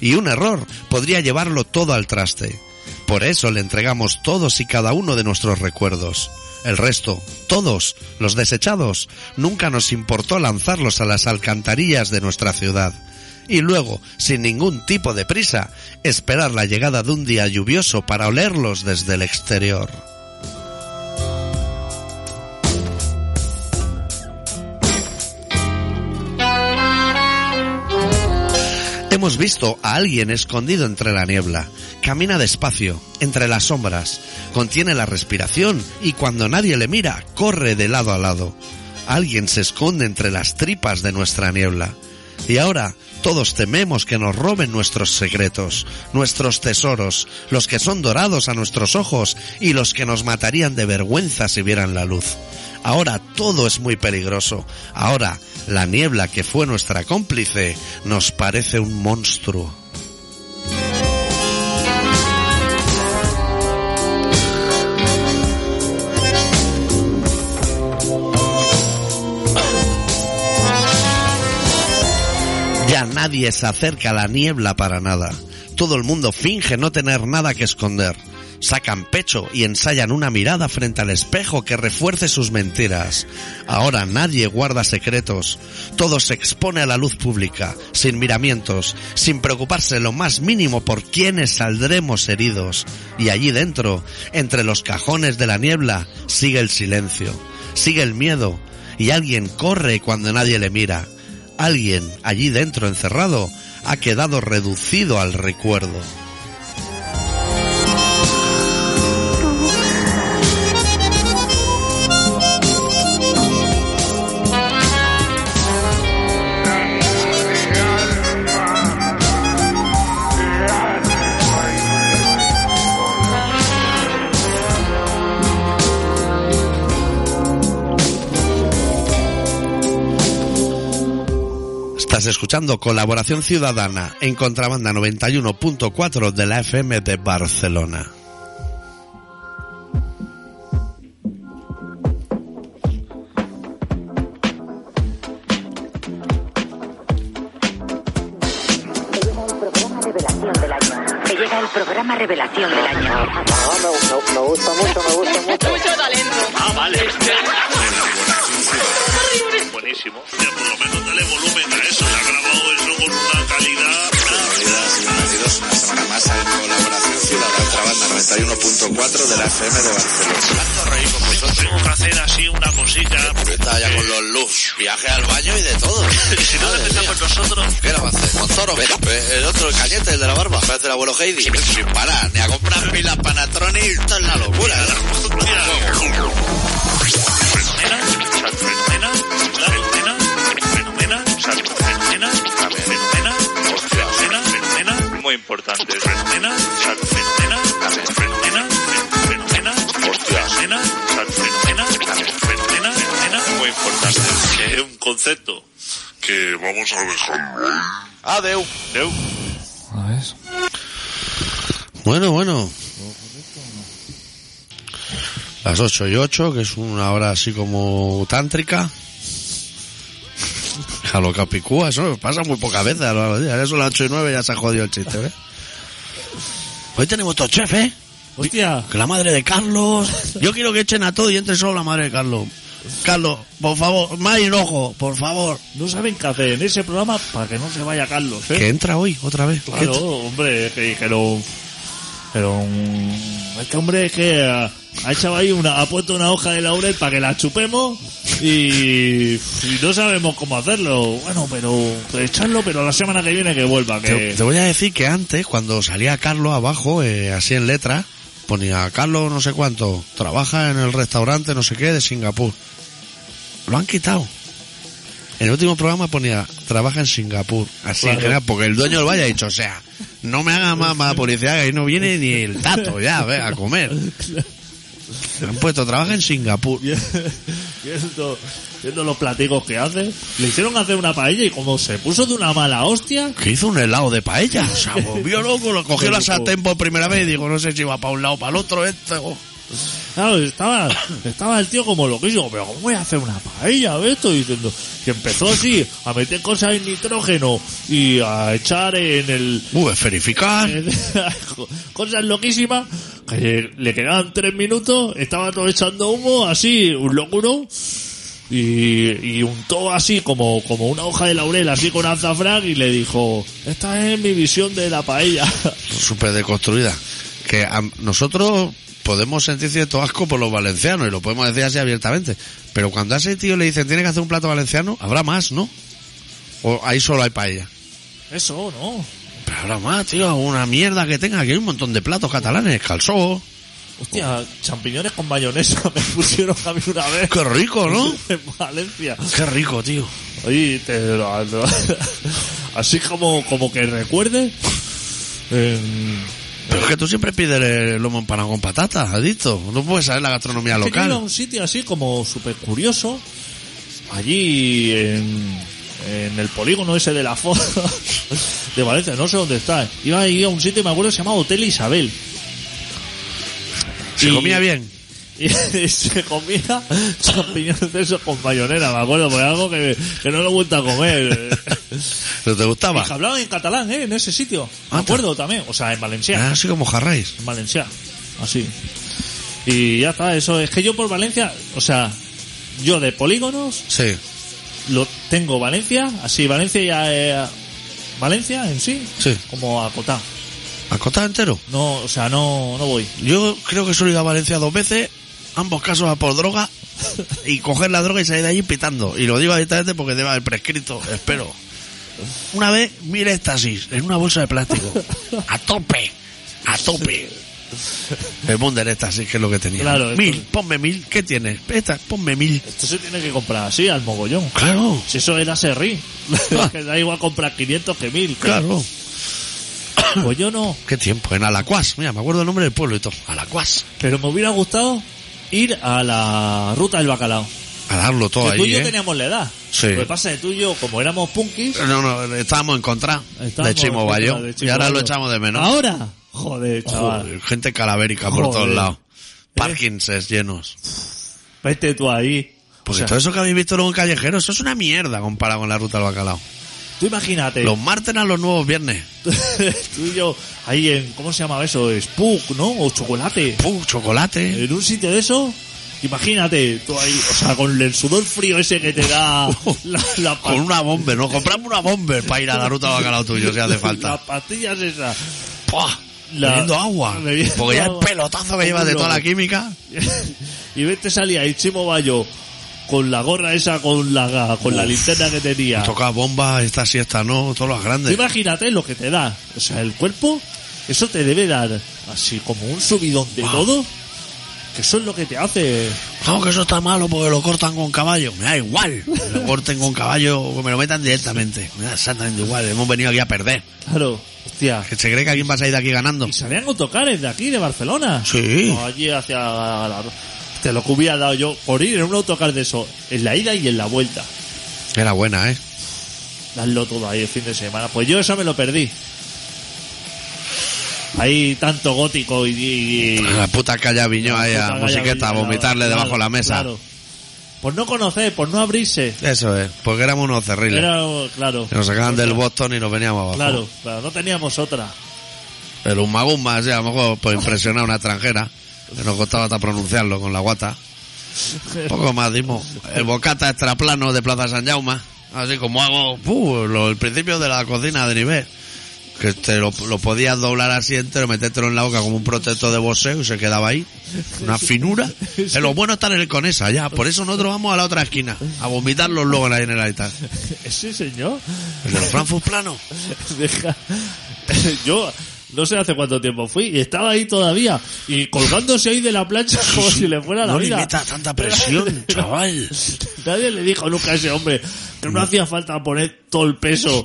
Y un error podría llevarlo todo al traste. Por eso le entregamos todos y cada uno de nuestros recuerdos. El resto, todos, los desechados, nunca nos importó lanzarlos a las alcantarillas de nuestra ciudad. Y luego, sin ningún tipo de prisa, esperar la llegada de un día lluvioso para olerlos desde el exterior. Hemos visto a alguien escondido entre la niebla. Camina despacio, entre las sombras. Contiene la respiración y cuando nadie le mira, corre de lado a lado. Alguien se esconde entre las tripas de nuestra niebla. Y ahora todos tememos que nos roben nuestros secretos, nuestros tesoros, los que son dorados a nuestros ojos y los que nos matarían de vergüenza si vieran la luz. Ahora todo es muy peligroso. Ahora la niebla que fue nuestra cómplice nos parece un monstruo. Ya nadie se acerca a la niebla para nada. Todo el mundo finge no tener nada que esconder. Sacan pecho y ensayan una mirada frente al espejo que refuerce sus mentiras. Ahora nadie guarda secretos. Todo se expone a la luz pública, sin miramientos, sin preocuparse lo más mínimo por quiénes saldremos heridos. Y allí dentro, entre los cajones de la niebla, sigue el silencio, sigue el miedo, y alguien corre cuando nadie le mira. Alguien allí dentro encerrado ha quedado reducido al recuerdo. Estás escuchando Colaboración Ciudadana en Contrabanda 91.4 de la FM de Barcelona. Me llega el programa revelación del año. Me llega el programa revelación del año. Ah, me, me gusta mucho, me <laughs> gusta mucho. mucho talento. Ah, vale. Buenísimo. Ya por lo menos dale volumen a eso. Le ha grabado eso con una calidad. Bienvenidos una semana más a Colaboración Ciudadana Contrabanda 91.4 de la FM de Barcelona. Yo tengo que hacer así una cosita. Está ya con los loops, viaje al baño y de todo. <laughs> Si no Madre depende mía. con nosotros, ¿Qué era hacer? Montoro, ve- ve- el otro, el cañete, el de la barba, parece el abuelo Heidi. Sin parar, ni a comprar pilas panatroni, esto es la locura. fenomenal, fenomenal, fenomenal, fenomenal, fenomenal, fenomenal, fenomenal, fenomenal. Muy importante. Fenomenal, fenomenal, fenomenal, fenomenal, fenomenal, fenomenal, fenomenal, fenomenal. Muy importante. Que es un concepto que vamos a dejar. Adeu. Deu. A ver. Bueno, bueno. Las 8 y 8, que es una hora así como tántrica. A lo capicúa, eso pasa muy pocas veces a lo largo del día. Ya son las 8 y 9 ya se ha jodido el chiste, ¿eh? Hoy tenemos dos chefes, ¿eh? Hostia. Que la madre de Carlos. Yo quiero que echen a todo y entre solo la madre de Carlos. Carlos, por favor, más hinojo, por favor. No saben qué hacer en ese programa para que no se vaya Carlos, ¿eh? Que entra hoy, otra vez. Claro, hombre, que dijeron... Pero... Este hombre es que ha, ha echado ahí una... Ha puesto una hoja de laurel para que la chupemos y, y no sabemos cómo hacerlo. Bueno, pero... Echarlo, pero la semana que viene que vuelva, Te, que... te voy a decir que antes, cuando salía Carlos abajo, eh, así en letra, ponía Carlos no sé cuánto, trabaja en el restaurante no sé qué de Singapur. Lo han quitado. En el último programa ponía, trabaja en Singapur. Así Claro. que era porque el dueño del valle ha dicho, o sea, no me haga más, más policía que ahí no viene ni el tato ya, ve, a comer. Le han puesto, trabaja en Singapur. Viendo, viendo los platicos que hace. Le hicieron hacer una paella y como se puso de una mala hostia... Que hizo un helado de paella. O sea, volvió loco, lo cogió Qué la loco. sartén por primera vez y digo, no sé si va para un lado o para el otro esto. Claro, estaba, estaba el tío como loquísimo, pero ¿cómo voy a hacer una paella de esto? Diciendo, que empezó así, a meter cosas en nitrógeno y a echar en el, Uh, es verificar. <laughs> cosas loquísimas que le quedaban tres minutos estaba todo echando humo así un locuro y, y untó así como, como una hoja de laurel así con azafrán y le dijo esta es mi visión de la paella <laughs> súper deconstruida. Que a- nosotros podemos sentir cierto asco por los valencianos y lo podemos decir así abiertamente. Pero cuando a ese tío le dicen tiene que hacer un plato valenciano, habrá más, ¿no? O ahí solo hay paella. eso no Pero habrá más, tío, una mierda que tenga. Aquí hay un montón de platos catalanes, calzó. hostia champiñones con mayonesa <laughs> me pusieron a mí una vez Qué rico, ¿no? <laughs> en Valencia Qué rico, tío. Oye, te- lo- lo- <laughs> así como como que recuerde em, Pero es que tú siempre pides el lomo empanado con patatas, adicto. No puedes saber la gastronomía que yo iba a local. un sitio así como súper curioso, allí en, en el polígono ese de la <laughs> foto de Valencia, no sé dónde está. Iba a ir a un sitio, me acuerdo, que se llamaba Hotel Isabel. <laughs> Se y- comía bien. Y se comía champiñones de esos con mayonera, me acuerdo, por algo que, que no lo he vuelto a comer. <laughs> ¿Pero te Y gustaba? que hablaban en catalán, ¿eh? En ese sitio. Me Ah, acuerdo también, o sea, en Valencia. Era Ah, así como jarráis. en Valencia. Así. Y ya está, eso. Es que yo por Valencia, o sea, yo de polígonos Sí, lo tengo Valencia, así Valencia ya eh, Valencia en sí, Sí. como acotado. acotado entero. No, o sea, no, no voy. Yo creo que solo he ido a Valencia dos veces, ambos casos a por droga, y coger la droga y salir de allí pitando. Y lo digo directamente porque deba haber prescrito, espero. Una vez, mil éxtasis en una bolsa de plástico. A tope, a tope. El mundo del éxtasis, que es lo que tenía. Claro, esto- mil, ponme mil, ¿qué tienes? Esta, ponme mil. Esto se tiene que comprar así, al mogollón. Claro, Si eso <laughs> era Serrí, <laughs> que da igual comprar 500 que 1000. claro. <coughs> Pues yo no, Qué tiempo, en Alacuas. Mira, me acuerdo el nombre del pueblo y todo. Alacuas. pero me hubiera gustado ir a la ruta del bacalao. A darlo todo que tú y ahí, yo ¿eh? teníamos la edad. Sí. Lo que pasa es que tú y yo, como éramos punkis, No, no, estábamos en contra de estábamos Chimo en contra Bayo. de Y Chimo ahora lo Bayo. echamos de menos. Ahora, Ah, joder, chaval. Joder, gente calavérica por Joder. todos lados. Parkings llenos. Vete tú ahí. Porque O sea, todo eso que habéis visto luego en Callejero, eso es una mierda comparado con la ruta del bacalao. tú imagínate. Los martes eran los nuevos viernes. <laughs> tú y yo, ahí en, ¿cómo se llamaba eso? Spook, ¿no? O chocolate. ¡Pum! Chocolate. En un sitio de eso, imagínate, tú ahí, o sea, con el sudor frío ese que <laughs> te da la, la Con una bomber. Nos compramos una bomber para ir a la ruta del bacalao tuyo si <laughs> hace falta. Las pastillas esas. <laughs> ¡Puah! La- Bebiendo agua. bebiendo Porque ya el agua. pelotazo que lleva de toda la química. y vete salía ahí Chimo Bayo con la gorra esa, con la, con la Uf. linterna que tenía. Toca bombas, esta siesta no, todos los Tú grandes. imagínate lo que te da. O sea, el cuerpo, eso te debe dar así como un subidón de todo. Que eso es lo que te hace. No, que eso está malo porque lo cortan con caballo. Me da <laughs> igual. que Lo corten con caballo o que me lo metan directamente. Me da exactamente igual. Hemos venido aquí a perder. Claro, hostia. Que se cree que alguien va a salir de aquí ganando. Y salían autocares de aquí, de Barcelona. Sí. O allí hacia la... Te lo que hubiera dado yo por ir en un autocar de eso. En la ida y en la vuelta. Era buena, ¿eh? Darlo todo ahí el fin de semana. Pues yo eso me lo perdí. Ahí tanto gótico y... y- y- La puta calle Aviñó ahí a Puta musiqueta, a galla, vomitarle claro, debajo de la mesa. claro. Por no conocer, por no abrirse. Eso es, porque éramos unos cerriles. Era, claro. Que nos sacaban del Claro, Boston y nos veníamos abajo. Claro, claro, no teníamos otra. El humagumba, así, a lo mejor pues, por impresionar a una extranjera. Que nos costaba hasta pronunciarlo con la guata. Poco más dimos. El bocata extraplano de Plaza San Jaume. Así como hago, ¡puh! lo- el principio de la cocina de nivel. Que te lo, lo podías doblar así entero, metértelo en la boca como un protector de boxeo y se quedaba ahí. Una finura. Eh, lo bueno es estar en el con esa, ya. Por eso nosotros vamos a la otra esquina. A vomitarlos luego en la generalidad. Ese señor El de los Frankfurt plano. <laughs> deja... Yo no sé hace cuánto tiempo fui y estaba ahí todavía y colgándose ahí de la plancha como si le fuera la No le vida. metas tanta presión, chaval. <laughs> Nadie le dijo nunca a ese hombre que no hacía falta poner todo el peso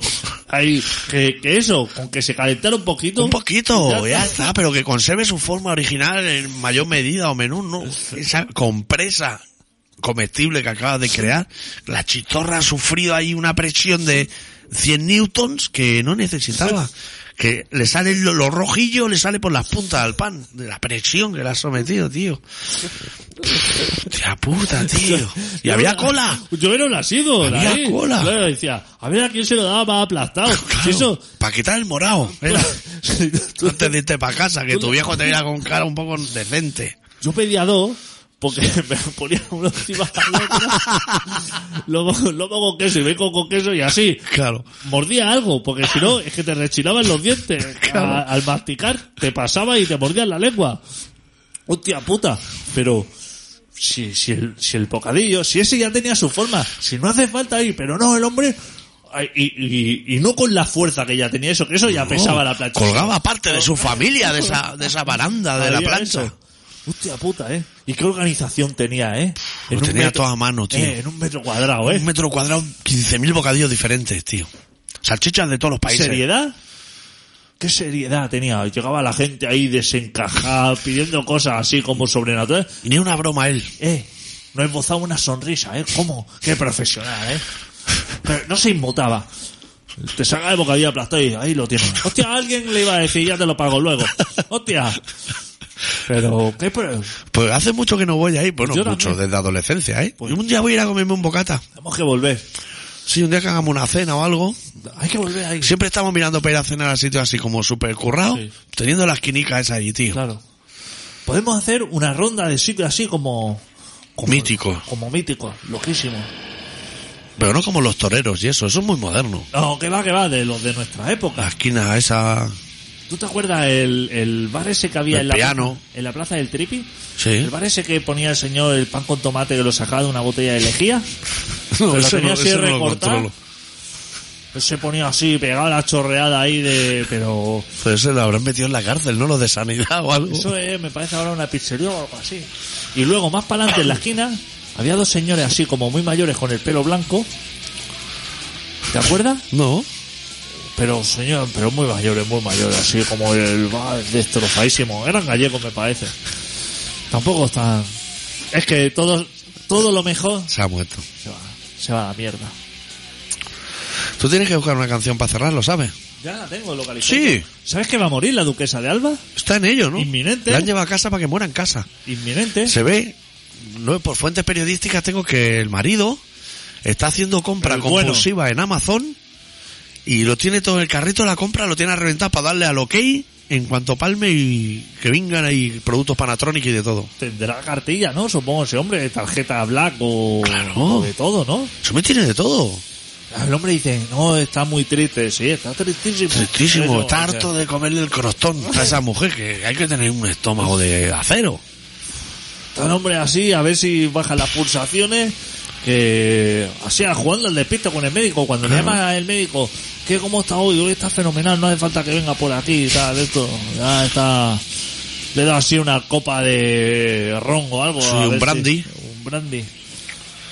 ahí. Que, que eso, con que se calentara un poquito. Un poquito, Ya ya está. está, pero que conserve su forma original en mayor medida o menor, ¿no? Esa compresa comestible que acabas de crear, la chistorra ha sufrido ahí una presión de 100 newtons que no necesitaba. que le salen lo, lo rojillo, le sale por las puntas al pan, de la presión que le has sometido, tío. Tía puta, tío. Y había cola. Yo era un asido, Había David. cola. Claro, decía, a ver a quién se lo daba más aplastado. <laughs> Si eso, Para quitar el morado. Era. <laughs> Tú- Antes de irte para casa, que tu viejo te viera con cara un poco decente. yo pedía dos, porque <laughs> me ponía uno encima del otro. <laughs> Lomo, lomo con queso y bacon con queso <laughs> y así. Claro. Mordía algo, porque <laughs> si no, es que te rechinaban los dientes. A- al masticar, te pasaba y te mordían la lengua. Hostia puta. Pero, si, si, el, si el bocadillo, si ese ya tenía su forma, si no hace falta ir, pero no, el hombre, ay, y, y, y no con la fuerza que ya tenía eso, que eso ya pesaba la plancha. Oh, Colgaba parte de su familia, de esa, de esa baranda, de la Había plancha. eso. Hostia puta, eh. ¿Y qué organización tenía, eh? Lo un Pues tenía todo a mano, tío. eh, en un metro cuadrado, eh. Un metro cuadrado, 15.000 bocadillos diferentes, tío. Salchichas de todos los países. ¿Seriedad? ¿Qué seriedad tenía? Llegaba la gente ahí desencajada, pidiendo cosas así como sobrenaturales. Ni una broma él. Eh, no esbozaba una sonrisa, ¿eh? ¿Cómo? Qué profesional, ¿eh? Pero no se inmutaba. Te saca de bocadillo aplastado y ahí lo tienes. Hostia, alguien le iba a decir, ya te lo pago luego. Hostia. Pero, ¿qué? pro- Pues hace mucho que no voy ahí. Bueno, Yo mucho, también. desde adolescencia, ¿eh? Pues- un día voy a ir a comerme un bocata. Tenemos que volver. Sí, un día que hagamos una cena o algo. Hay que volver ahí. Siempre estamos mirando para ir a cenar a sitios así como súper currado, Sí. teniendo las quinicas esas allí, tío. Claro. Podemos hacer una ronda de sitios así como... como Mítico. Como mítico, loquísimo. Pero no como los toreros y eso, eso es muy moderno. No, que va, que va, de los de nuestra La época. esquina esa... ¿Tú te acuerdas el, el bar ese que había El en, la piano. en la plaza del Tripi? Sí. El bar ese que ponía el señor el pan con tomate que lo sacaba de una botella de lejía. <laughs> Pero lo eso tenía así eso lo recortado. controlo. Pues Se ponía así, pegaba la chorreada ahí de... Pero... Pero ese lo habrán metido en la cárcel, ¿no? Los de sanidad o algo. Eso es, me parece ahora una pizzería o algo así. Y luego, más para adelante, en la esquina, había dos señores así como muy mayores con el pelo blanco. ¿Te acuerdas? No. Pero señor, pero muy mayores, muy mayores, así como el va, destrozadísimo. Eran gallegos, me parece. Tampoco están... Es que todo, todo lo mejor Se ha muerto. se va, se va a la mierda. Tú tienes que buscar una canción para cerrarlo, ¿sabes? Ya la tengo localizada. Sí. ¿Sabes que va a morir la duquesa de Alba? Está en ello, ¿no? Inminente. La han llevado a casa para que muera en casa. Inminente. Se ve, no por fuentes periodísticas tengo que el marido está haciendo compra El bueno. compulsiva en Amazon y lo tiene todo en el carrito de la compra, lo tiene a reventar para darle al ok en cuanto palme y que vengan ahí productos Panatrónicos y de todo. Tendrá cartilla, ¿no? Supongo ese hombre, tarjeta black o, Claro. o de todo, ¿no? Eso me tiene de todo. El hombre dice, no, está muy triste, sí, está tristísimo. Tristísimo, Eso, está o sea, harto de comerle el crostón a esa mujer que hay que tener un estómago de acero. Está el hombre así, a ver si baja las pulsaciones, que así a jugando al despiste con el médico, cuando le Claro. llama el médico, que cómo está hoy, hoy está fenomenal, no hace falta que venga por aquí y tal, esto, ya está, le da así una copa de ron o algo. Sí, a un ver si- brandy. un brandy.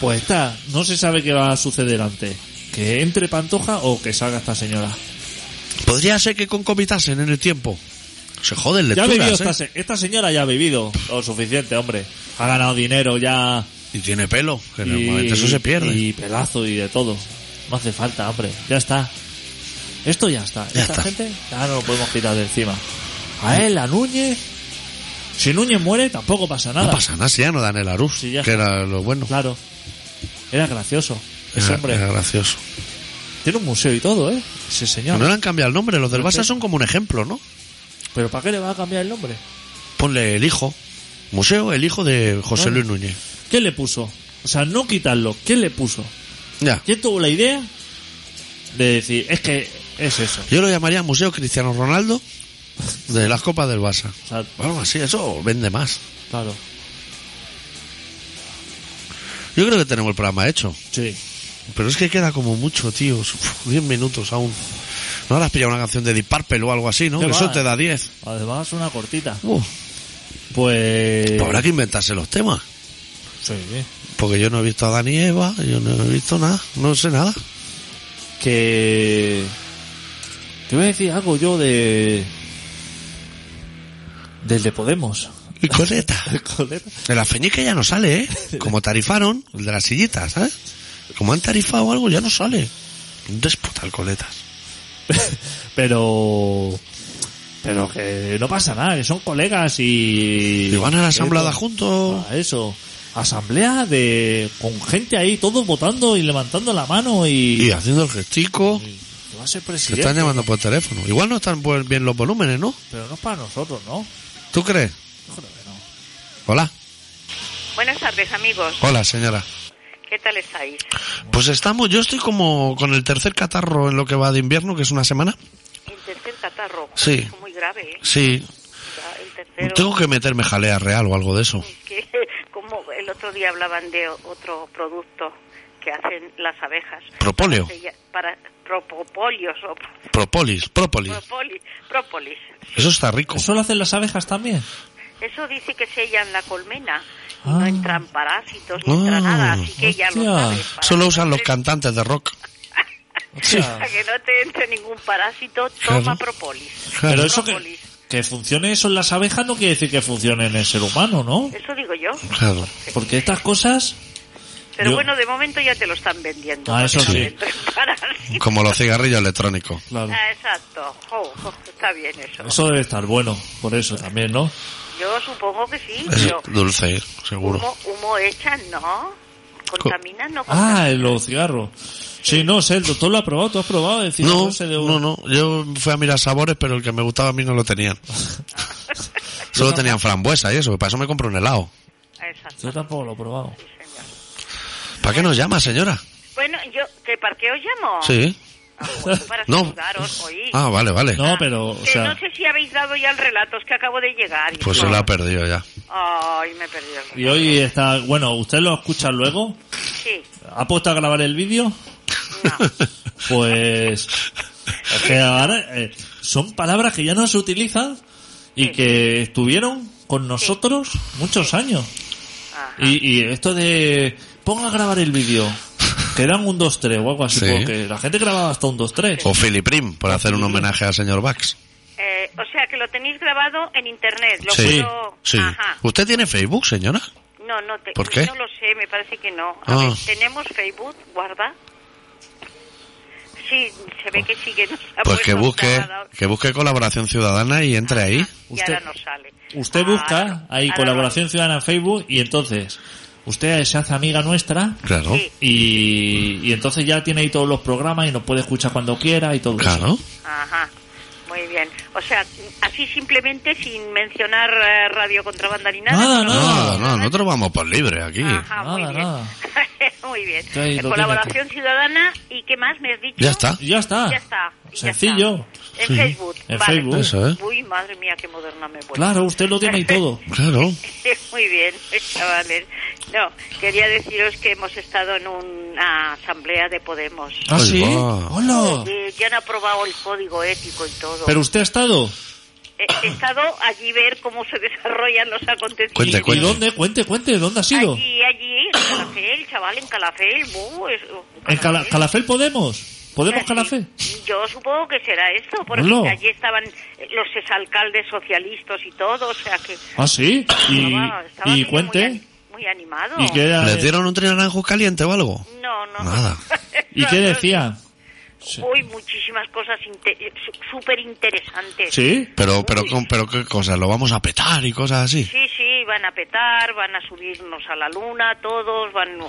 Pues está, no se sabe qué va a suceder antes, que entre Pantoja o que salga esta señora. Podría ser que concomitasen en el tiempo. Se joden Ya ha lecturas, vivido ¿eh? esta, se- esta señora ya ha vivido lo suficiente, hombre. Ha ganado dinero ya. Y tiene pelo, que y- normalmente eso se pierde. Y pelazo y de todo. No hace falta, hombre. Ya está. Esto ya está. Ya Esta está. gente ya no lo podemos quitar de encima. A él, a Núñez. Si Núñez muere, tampoco pasa nada. No pasa nada si ya no dan el Arús, Sí, ya que está. era lo bueno. Claro. Era gracioso. Ese Era, hombre. era gracioso. Tiene un museo y todo, ¿eh? Ese No. señor. le han cambiado el nombre, los del Perfecto. Barça son como un ejemplo, ¿no? ¿Pero para qué le va a cambiar el nombre? Ponle el hijo. Museo, el hijo de José Bueno. Luis Núñez. ¿Qué le puso? O sea, no quitarlo. ¿Qué le puso? Ya. ¿Quién tuvo la idea de decir, es que es eso? Yo lo llamaría Museo Cristiano Ronaldo de las Copas del Barça. O sea, Bueno, así, eso vende más. claro. Yo creo que tenemos el programa hecho. Sí. Pero es que queda como mucho, tío. 10 minutos aún. No habrás pillado una canción de Deep Purple o algo así, ¿no? Qué Que va, Eso te eh. da 10. Además, una cortita. Uf, Pues... pues habrá que inventarse los temas. Sí. Porque yo no he visto a Dani y Eva, yo no he visto nada, no sé nada. Que... Te voy a decir algo yo de... Del de Podemos. <laughs> Y coleta. Coleta. El alfeñique ya no sale, ¿eh? Como tarifaron, el de las sillitas, ¿sabes? Como han tarifado algo, ya no sale. Un déspota el coletas. pero pero que no pasa nada, que son colegas y Y van a la asamblea Eso. juntos. Ah, eso. Asamblea de con gente ahí, todos votando y levantando la mano Y y, haciendo el gestico. y va a ser Te están presidente. llamando por teléfono. Igual no están buen- bien los volúmenes, ¿no? Pero no es para nosotros, ¿no? ¿Tú crees? Yo creo que no. Hola. Buenas tardes, amigos. Hola, señora. ¿Qué tal estáis? Pues estamos, yo estoy como con el tercer catarro en lo que va de invierno, que es una semana. El tercer catarro. Sí. Es muy grave, ¿eh? Sí. Ya, El tercero. Tengo que meterme jalea real o algo de eso. <laughs> Es que, como el otro día hablaban de otro producto que hacen las abejas. Propóleo. Se lla- Para propolios o Propolis, própolis. propoli, própolis. Eso está rico. ¿Eso lo hacen las abejas también? Eso dice que sellan la colmena. y Ah. No entran parásitos, no Ah, entra nada, así que ya lo hostia. sabes. para Solo que usan no los te- cantantes de rock. Hostia. <laughs> Para que no te entre ningún parásito, toma Claro. propolis. Pero eso que, Própolis. que funcione eso en las abejas no quiere decir que funcione en el ser humano, ¿no? Eso digo yo. Claro. Porque estas cosas... Pero Yo- bueno, de momento ya te lo están vendiendo. Ah, eso sí. básicamente, el <laughs> parásito. Como los cigarrillos electrónicos. Claro. Ah, exacto. Jo, jo, está bien eso. Eso debe estar bueno, por eso también, ¿no? Yo supongo que sí, Es pero dulce, seguro. humo, humo hecha no. Contamina, no Ah, contamina. en los cigarros. Sí, no sé, el doctor lo ha probado, tú has probado el cigarro No, ese de- no, no. Yo fui a mirar sabores, pero el que me gustaba a mí no lo tenían. Solo tenían frambuesa y eso. Para eso me compro un helado. Yo Ah, Exacto, tampoco lo he probado. sí, señor. ¿Para qué nos llama, señora? Bueno, yo, ¿que ¿para qué os llamo? Sí. Ah, bueno, para No. saludaros, oí. Ah, vale, vale. No, pero, o Que sea, no sé si habéis dado ya el relato, es que acabo de llegar. Pues yo se lo ha perdido <laughs> ya. Ay, me he perdido el y relato. hoy está, bueno, usted lo escucha luego, Sí, ha puesto a grabar el vídeo, no. <laughs> pues, es que ahora eh, son palabras que ya no se utilizan y que estuvieron con nosotros muchos años. Ajá. Y, y esto de, ponga a grabar el vídeo, que eran un 2-3 o algo así, Sí. porque la gente grababa hasta un 2-3. O Filiprim, por hacer un homenaje al señor Bax. Eh, o sea, que lo tenéis grabado en internet. Lo Sí, puedo- sí. Ajá. ¿Usted tiene Facebook, señora? No, no, te- ¿Por qué? no lo sé, me parece que no. A Ah. ver, ¿tenemos Facebook? Guarda. Sí, se ve que sí que nos ha Pues que puesto busque, cada- que busque colaboración ciudadana y entre ahí. Y Usted- ahora nos sale. Usted Ah, busca ahí ahora colaboración ciudadana en Facebook y entonces usted se hace amiga nuestra Claro, Sí. y, y entonces ya tiene ahí todos los programas y nos puede escuchar cuando quiera y todo. eso. claro. nos- Ajá. Muy bien. O sea, así simplemente sin mencionar eh, radio contrabanda ni nada. Nada, No, nada. no, nosotros vamos por libre aquí. Ajá, muy Nada, bien. nada. <laughs> muy bien. Que ahí lo Colaboración ciudadana y qué más me has dicho. Ya está. Y ya está. Ya está. y ya Sencillo. está. En Facebook. En vale. Facebook. Eso, ¿eh? Uy, madre mía, qué moderna me he puesto. Claro, usted lo tiene ahí todo. Claro. <laughs> Muy bien, pues, chavales. No, quería deciros que hemos estado en una asamblea de Podemos. ¿Ah, Ahí sí? va. Hola. Eh, ya han aprobado el código ético y todo. Oh. Pero usted ha estado. Eh, He, estado allí ver cómo se <laughs> desarrollan los acontecimientos. Cuente, ¿Y, y dónde? Cuente, cuente, ¿dónde ha sido? Allí, allí, en Calafel, chaval, en Calafel. buh, es- ¿En Cala- Calafel Podemos? ¿Podemos Sí, Calafel? Yo supongo que será esto, porque Hola. allí estaban los exalcaldes socialistas y todo, o sea que... ¿Ah, sí? Y, estaba- estaba y aquello muy cuente. ani- Muy animado. ¿Y qué, era- ¿Les dieron un trinanjo caliente o algo? No, no. <laughs> Nada. ¿Y qué decía? Sí. Hoy muchísimas cosas inte- eh, su- súper interesantes. ¿Sí? Pero, pero, con- pero qué cosas, lo vamos a petar y cosas así. sí, sí, van a petar, van a subirnos a la luna, todos van... Uy,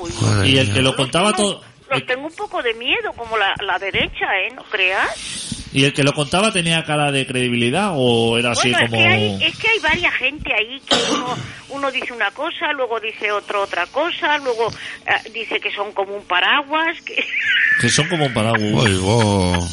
uy. Madre Y el mía. que lo Los contaba tengo- todo... eh. Los tengo un poco de miedo, como la, la derecha, ¿eh? ¿No creas? ¿Y el que lo contaba tenía cara de credibilidad o era así bueno, Ah, como... es, que hay, es que hay varias gente ahí que uno, uno dice una cosa, luego dice otro otra cosa, luego eh, dice que son como un paraguas, que... <laughs> Que son como un paraguas. Uy, bo.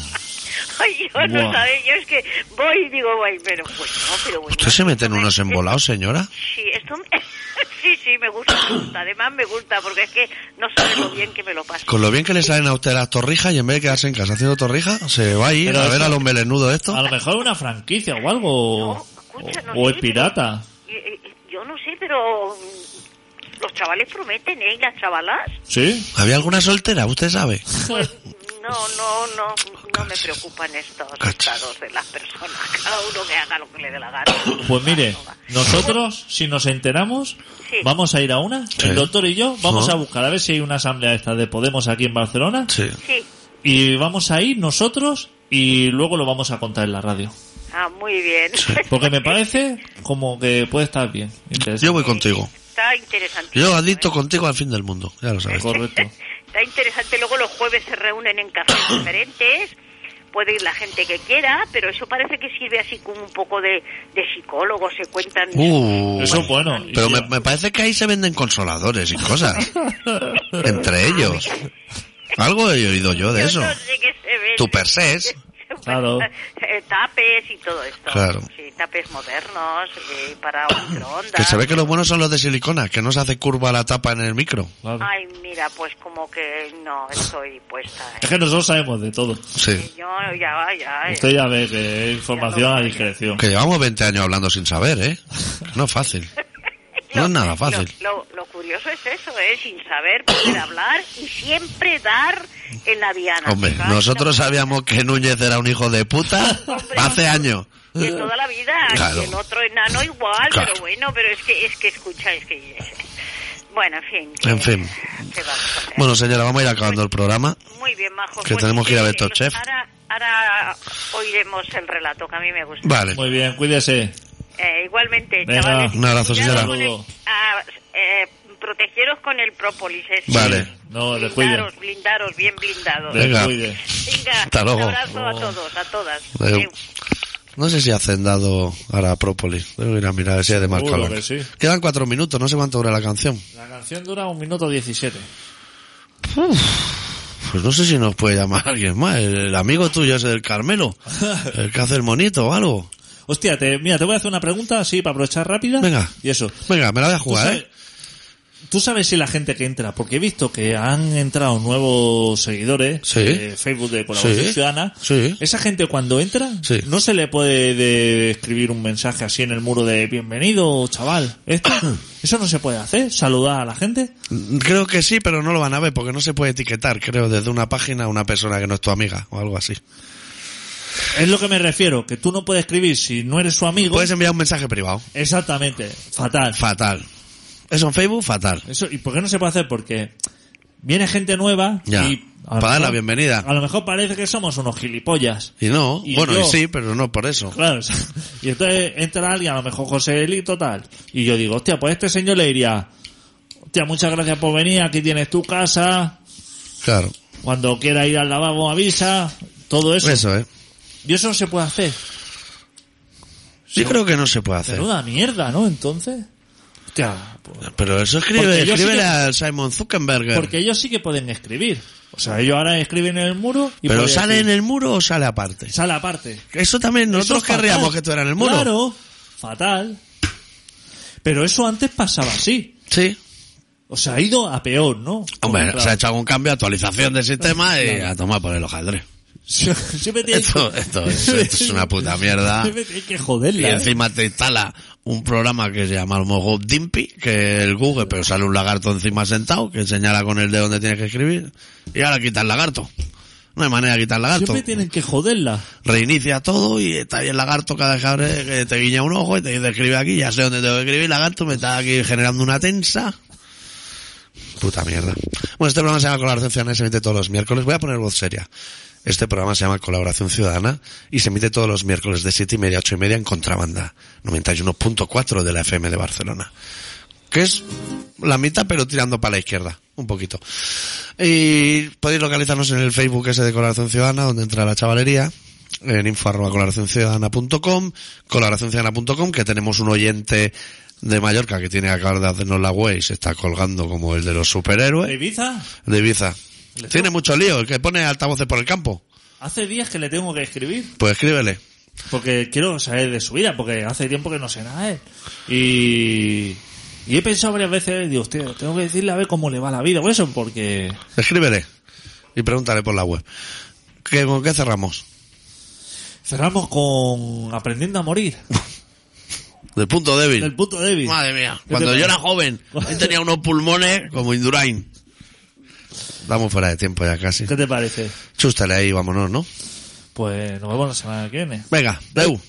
Ay, yo Buah. no sabía, yo es que voy y digo, "Ay, pero bueno, pero bueno. ¿Usted se mete en unos embolados, señora? Sí, esto me- <laughs> sí, sí, me gusta, me gusta. Además me gusta porque es que no sabe lo bien que me lo paso. Con lo bien que le salen a usted las torrijas y en vez de quedarse en casa haciendo torrijas, se va a ir Pero a ver eso- a los melenudos estos. A lo mejor una franquicia o algo. No, o- escucha, no o sé, el pirata. Eh, eh, Yo no sé, pero mm, los chavales prometen, ¿eh? ¿Y las chavalas? ¿Sí? ¿Había alguna soltera? ¿Usted sabe? Pues No, no, no, no me preocupan estos Cacho. estados de las personas. <laughs> Cada uno que haga lo que le dé la gana. Pues mire, Ah, no va. nosotros, si nos enteramos, Sí. vamos a ir a una, Sí. el doctor y yo, vamos Ajá. a buscar a ver si hay una asamblea esta de Podemos aquí en Barcelona Sí. Sí, y vamos a ir nosotros y luego lo vamos a contar en la radio. Ah, muy bien. Porque me parece como que puede estar bien. interesante. Yo voy contigo. <laughs> Está ¿eh? interesante. Yo adicto contigo al fin del mundo, ya lo sabes. Correcto. <laughs> Está interesante. Luego los jueves se reúnen en <coughs> cafés diferentes. Puede ir la gente que quiera, pero eso parece que sirve así como un poco de, de psicólogo. Se cuentan. Uh, Eso es bueno. Y pero ya- me, me parece que ahí se venden consoladores y cosas. Entre ellos. Algo he oído yo de Yo eso. no sé qué se ve. <laughs> Tu per se es. Claro. Eh, <laughs> Tapes y todo esto. Claro. Sí, tapes modernos eh, para <coughs> microondas. Que se ve que los buenos son los de silicona, que no se hace curva la tapa en el micro. Claro. Ay, mira, pues como que no estoy puesta. Es ¿eh? que nosotros sabemos de todo. Sí. Yo ya, ya. Usted ya ve que es información a discreción. Que llevamos 20 años hablando sin saber, ¿eh? No es fácil. No es nada fácil. Lo, lo curioso es eso, ¿eh? Sin saber poder hablar y siempre dar en la diana. Hombre, ¿sabes? nosotros sabíamos que Núñez era un hijo de puta <laughs> hace años. De toda la vida. Claro. Y el otro enano igual, Claro. pero bueno, pero es que, es que escucha, es que... Bueno, en fin. En que- fin. que vamos a hacer? Bueno, señora, vamos a ir acabando el programa. Muy bien, Majo. que tenemos que ir a ver eh, Top Chef. Ahora, ahora oiremos el relato, que a mí me gusta. Vale. Muy bien, cuídese. Eh, igualmente, Venga, chavales. un abrazo, cuidado señora. con el- Saludo. ah, eh, protegeros con el própolis. ¿eh? Vale. No, le cuide. Blindaros, blindaros, bien <laughs> blindados. Venga. Le cuide. Venga, Hasta luego. un abrazo a todos, a todas. Adeu. Adeu. No sé si hacen dado ahora a Própolis. Debo ir a mirar si hay de marca Seguro blanca. que sí. Quedan cuatro minutos, no sé cuánto dura la canción. La canción dura un minuto 17. Pues no sé si nos puede llamar alguien más. El, el amigo tuyo ese del <laughs> Carmelo. El que hace el monito o algo. Hostia, te, mira, te voy a hacer una pregunta así para aprovechar rápida. Venga. Y eso. Venga, me la voy a jugar, sabes- ¿eh? ¿Tú sabes si la gente que entra? Porque he visto que han entrado nuevos seguidores Sí. de Facebook de Colaboración Sí. Ciudadana. Sí. Esa gente cuando entra, Sí. no se le puede de- escribir un mensaje así en el muro de bienvenido, chaval. <coughs> Esto, eso no se puede hacer, saludar a la gente. Creo que sí, pero no lo van a ver porque no se puede etiquetar, creo, desde una página a una persona que no es tu amiga o algo así. Es lo que me refiero, que tú no puedes escribir si no eres su amigo. Puedes enviar un mensaje privado. Exactamente, fatal. Fatal. Eso en Facebook, fatal. Eso, ¿Y por qué no se puede hacer? Porque viene gente nueva Ya, y... a para lo dar la mejor- bienvenida. A lo mejor parece que somos unos gilipollas. Y no, Y bueno, yo- y sí, pero no por eso. Claro, o sea, <laughs> y entonces entra alguien, a lo mejor Joselito tal, y yo digo, hostia, pues este señor le diría, hostia, muchas gracias por venir, aquí tienes tu casa, Claro. cuando quiera ir al lavabo avisa, todo eso. Eso, ¿eh? Y eso no se puede hacer. Yo creo que no se puede hacer. Menuda mierda, ¿no? Entonces, hostia, pues- Pero eso escribe, Porque yo sí escríbele que- al Simon Zuckerberg. porque ellos sí que pueden escribir. O sea, ellos ahora escriben en el muro y ¿Pero pueden sale decir, en el muro o sale aparte? sale aparte. Eso también, nosotros Eso es querríamos fatal. que tú eras en el muro. Claro, fatal. Pero eso antes pasaba así. Sí. O sea, ha ido a peor, ¿no? Hombre, Claro. se ha hecho algún cambio, actualización del sistema y Claro. a tomar por el hojaldre. Sie- <laughs> Siempre tienes Esto, que- esto, es, esto es <laughs> una puta mierda. Siempre tienes que Y joderla. ¿eh? encima te instala un programa que se llama Mogo Dimpy, que el Google, pero sale un lagarto encima sentado, que señala con el dedo donde tienes que escribir. Y ahora quita el lagarto. No hay manera de quitar el lagarto. Siempre tienen que joderla. Reinicia todo y está ahí el lagarto cada vez que abre, que te guiña un ojo y te dice escribe aquí, ya sé dónde tengo que escribir, lagarto, me está aquí generando una tensa. Puta mierda. Bueno, este programa se llama Colaboración Ciudadana y se emite todos los miércoles. Voy a poner voz seria. Este programa se llama Colaboración Ciudadana y se emite todos los miércoles de siete y media a 8 y media en Contrabanda 91.4 de la FM de Barcelona. Que es la mitad pero tirando para la izquierda. Un poquito. Y podéis localizarnos en el Facebook ese de Colaboración Ciudadana, donde entra la chavalería, en info arroba colaboracionciudadana.com, colaboracionciudadana.com, que tenemos un oyente de Mallorca que tiene que acabar de hacernos la web y se está colgando como el de los superhéroes Ibiza, de Ibiza. Tiene mucho lío, el que pone altavoces por el campo. hace días que le tengo que escribir. Pues escríbele. Porque quiero saber de su vida. Porque hace tiempo que no sé nada de él. Y. Y he pensado varias veces, digo, hostia, tengo que decirle a ver cómo le va la vida. Por eso, porque. Escríbele. Y pregúntale por la web. ¿Qué, ¿Con qué cerramos? Cerramos con Aprendiendo a Morir. Del punto débil. Del punto débil. Madre mía. te Cuando yo parece? era joven, yo tenía unos pulmones como Indurain. Vamos fuera de tiempo ya casi. ¿Qué te parece? Chústale ahí, vámonos, ¿no? Pues nos vemos la semana que viene. Venga, Deu.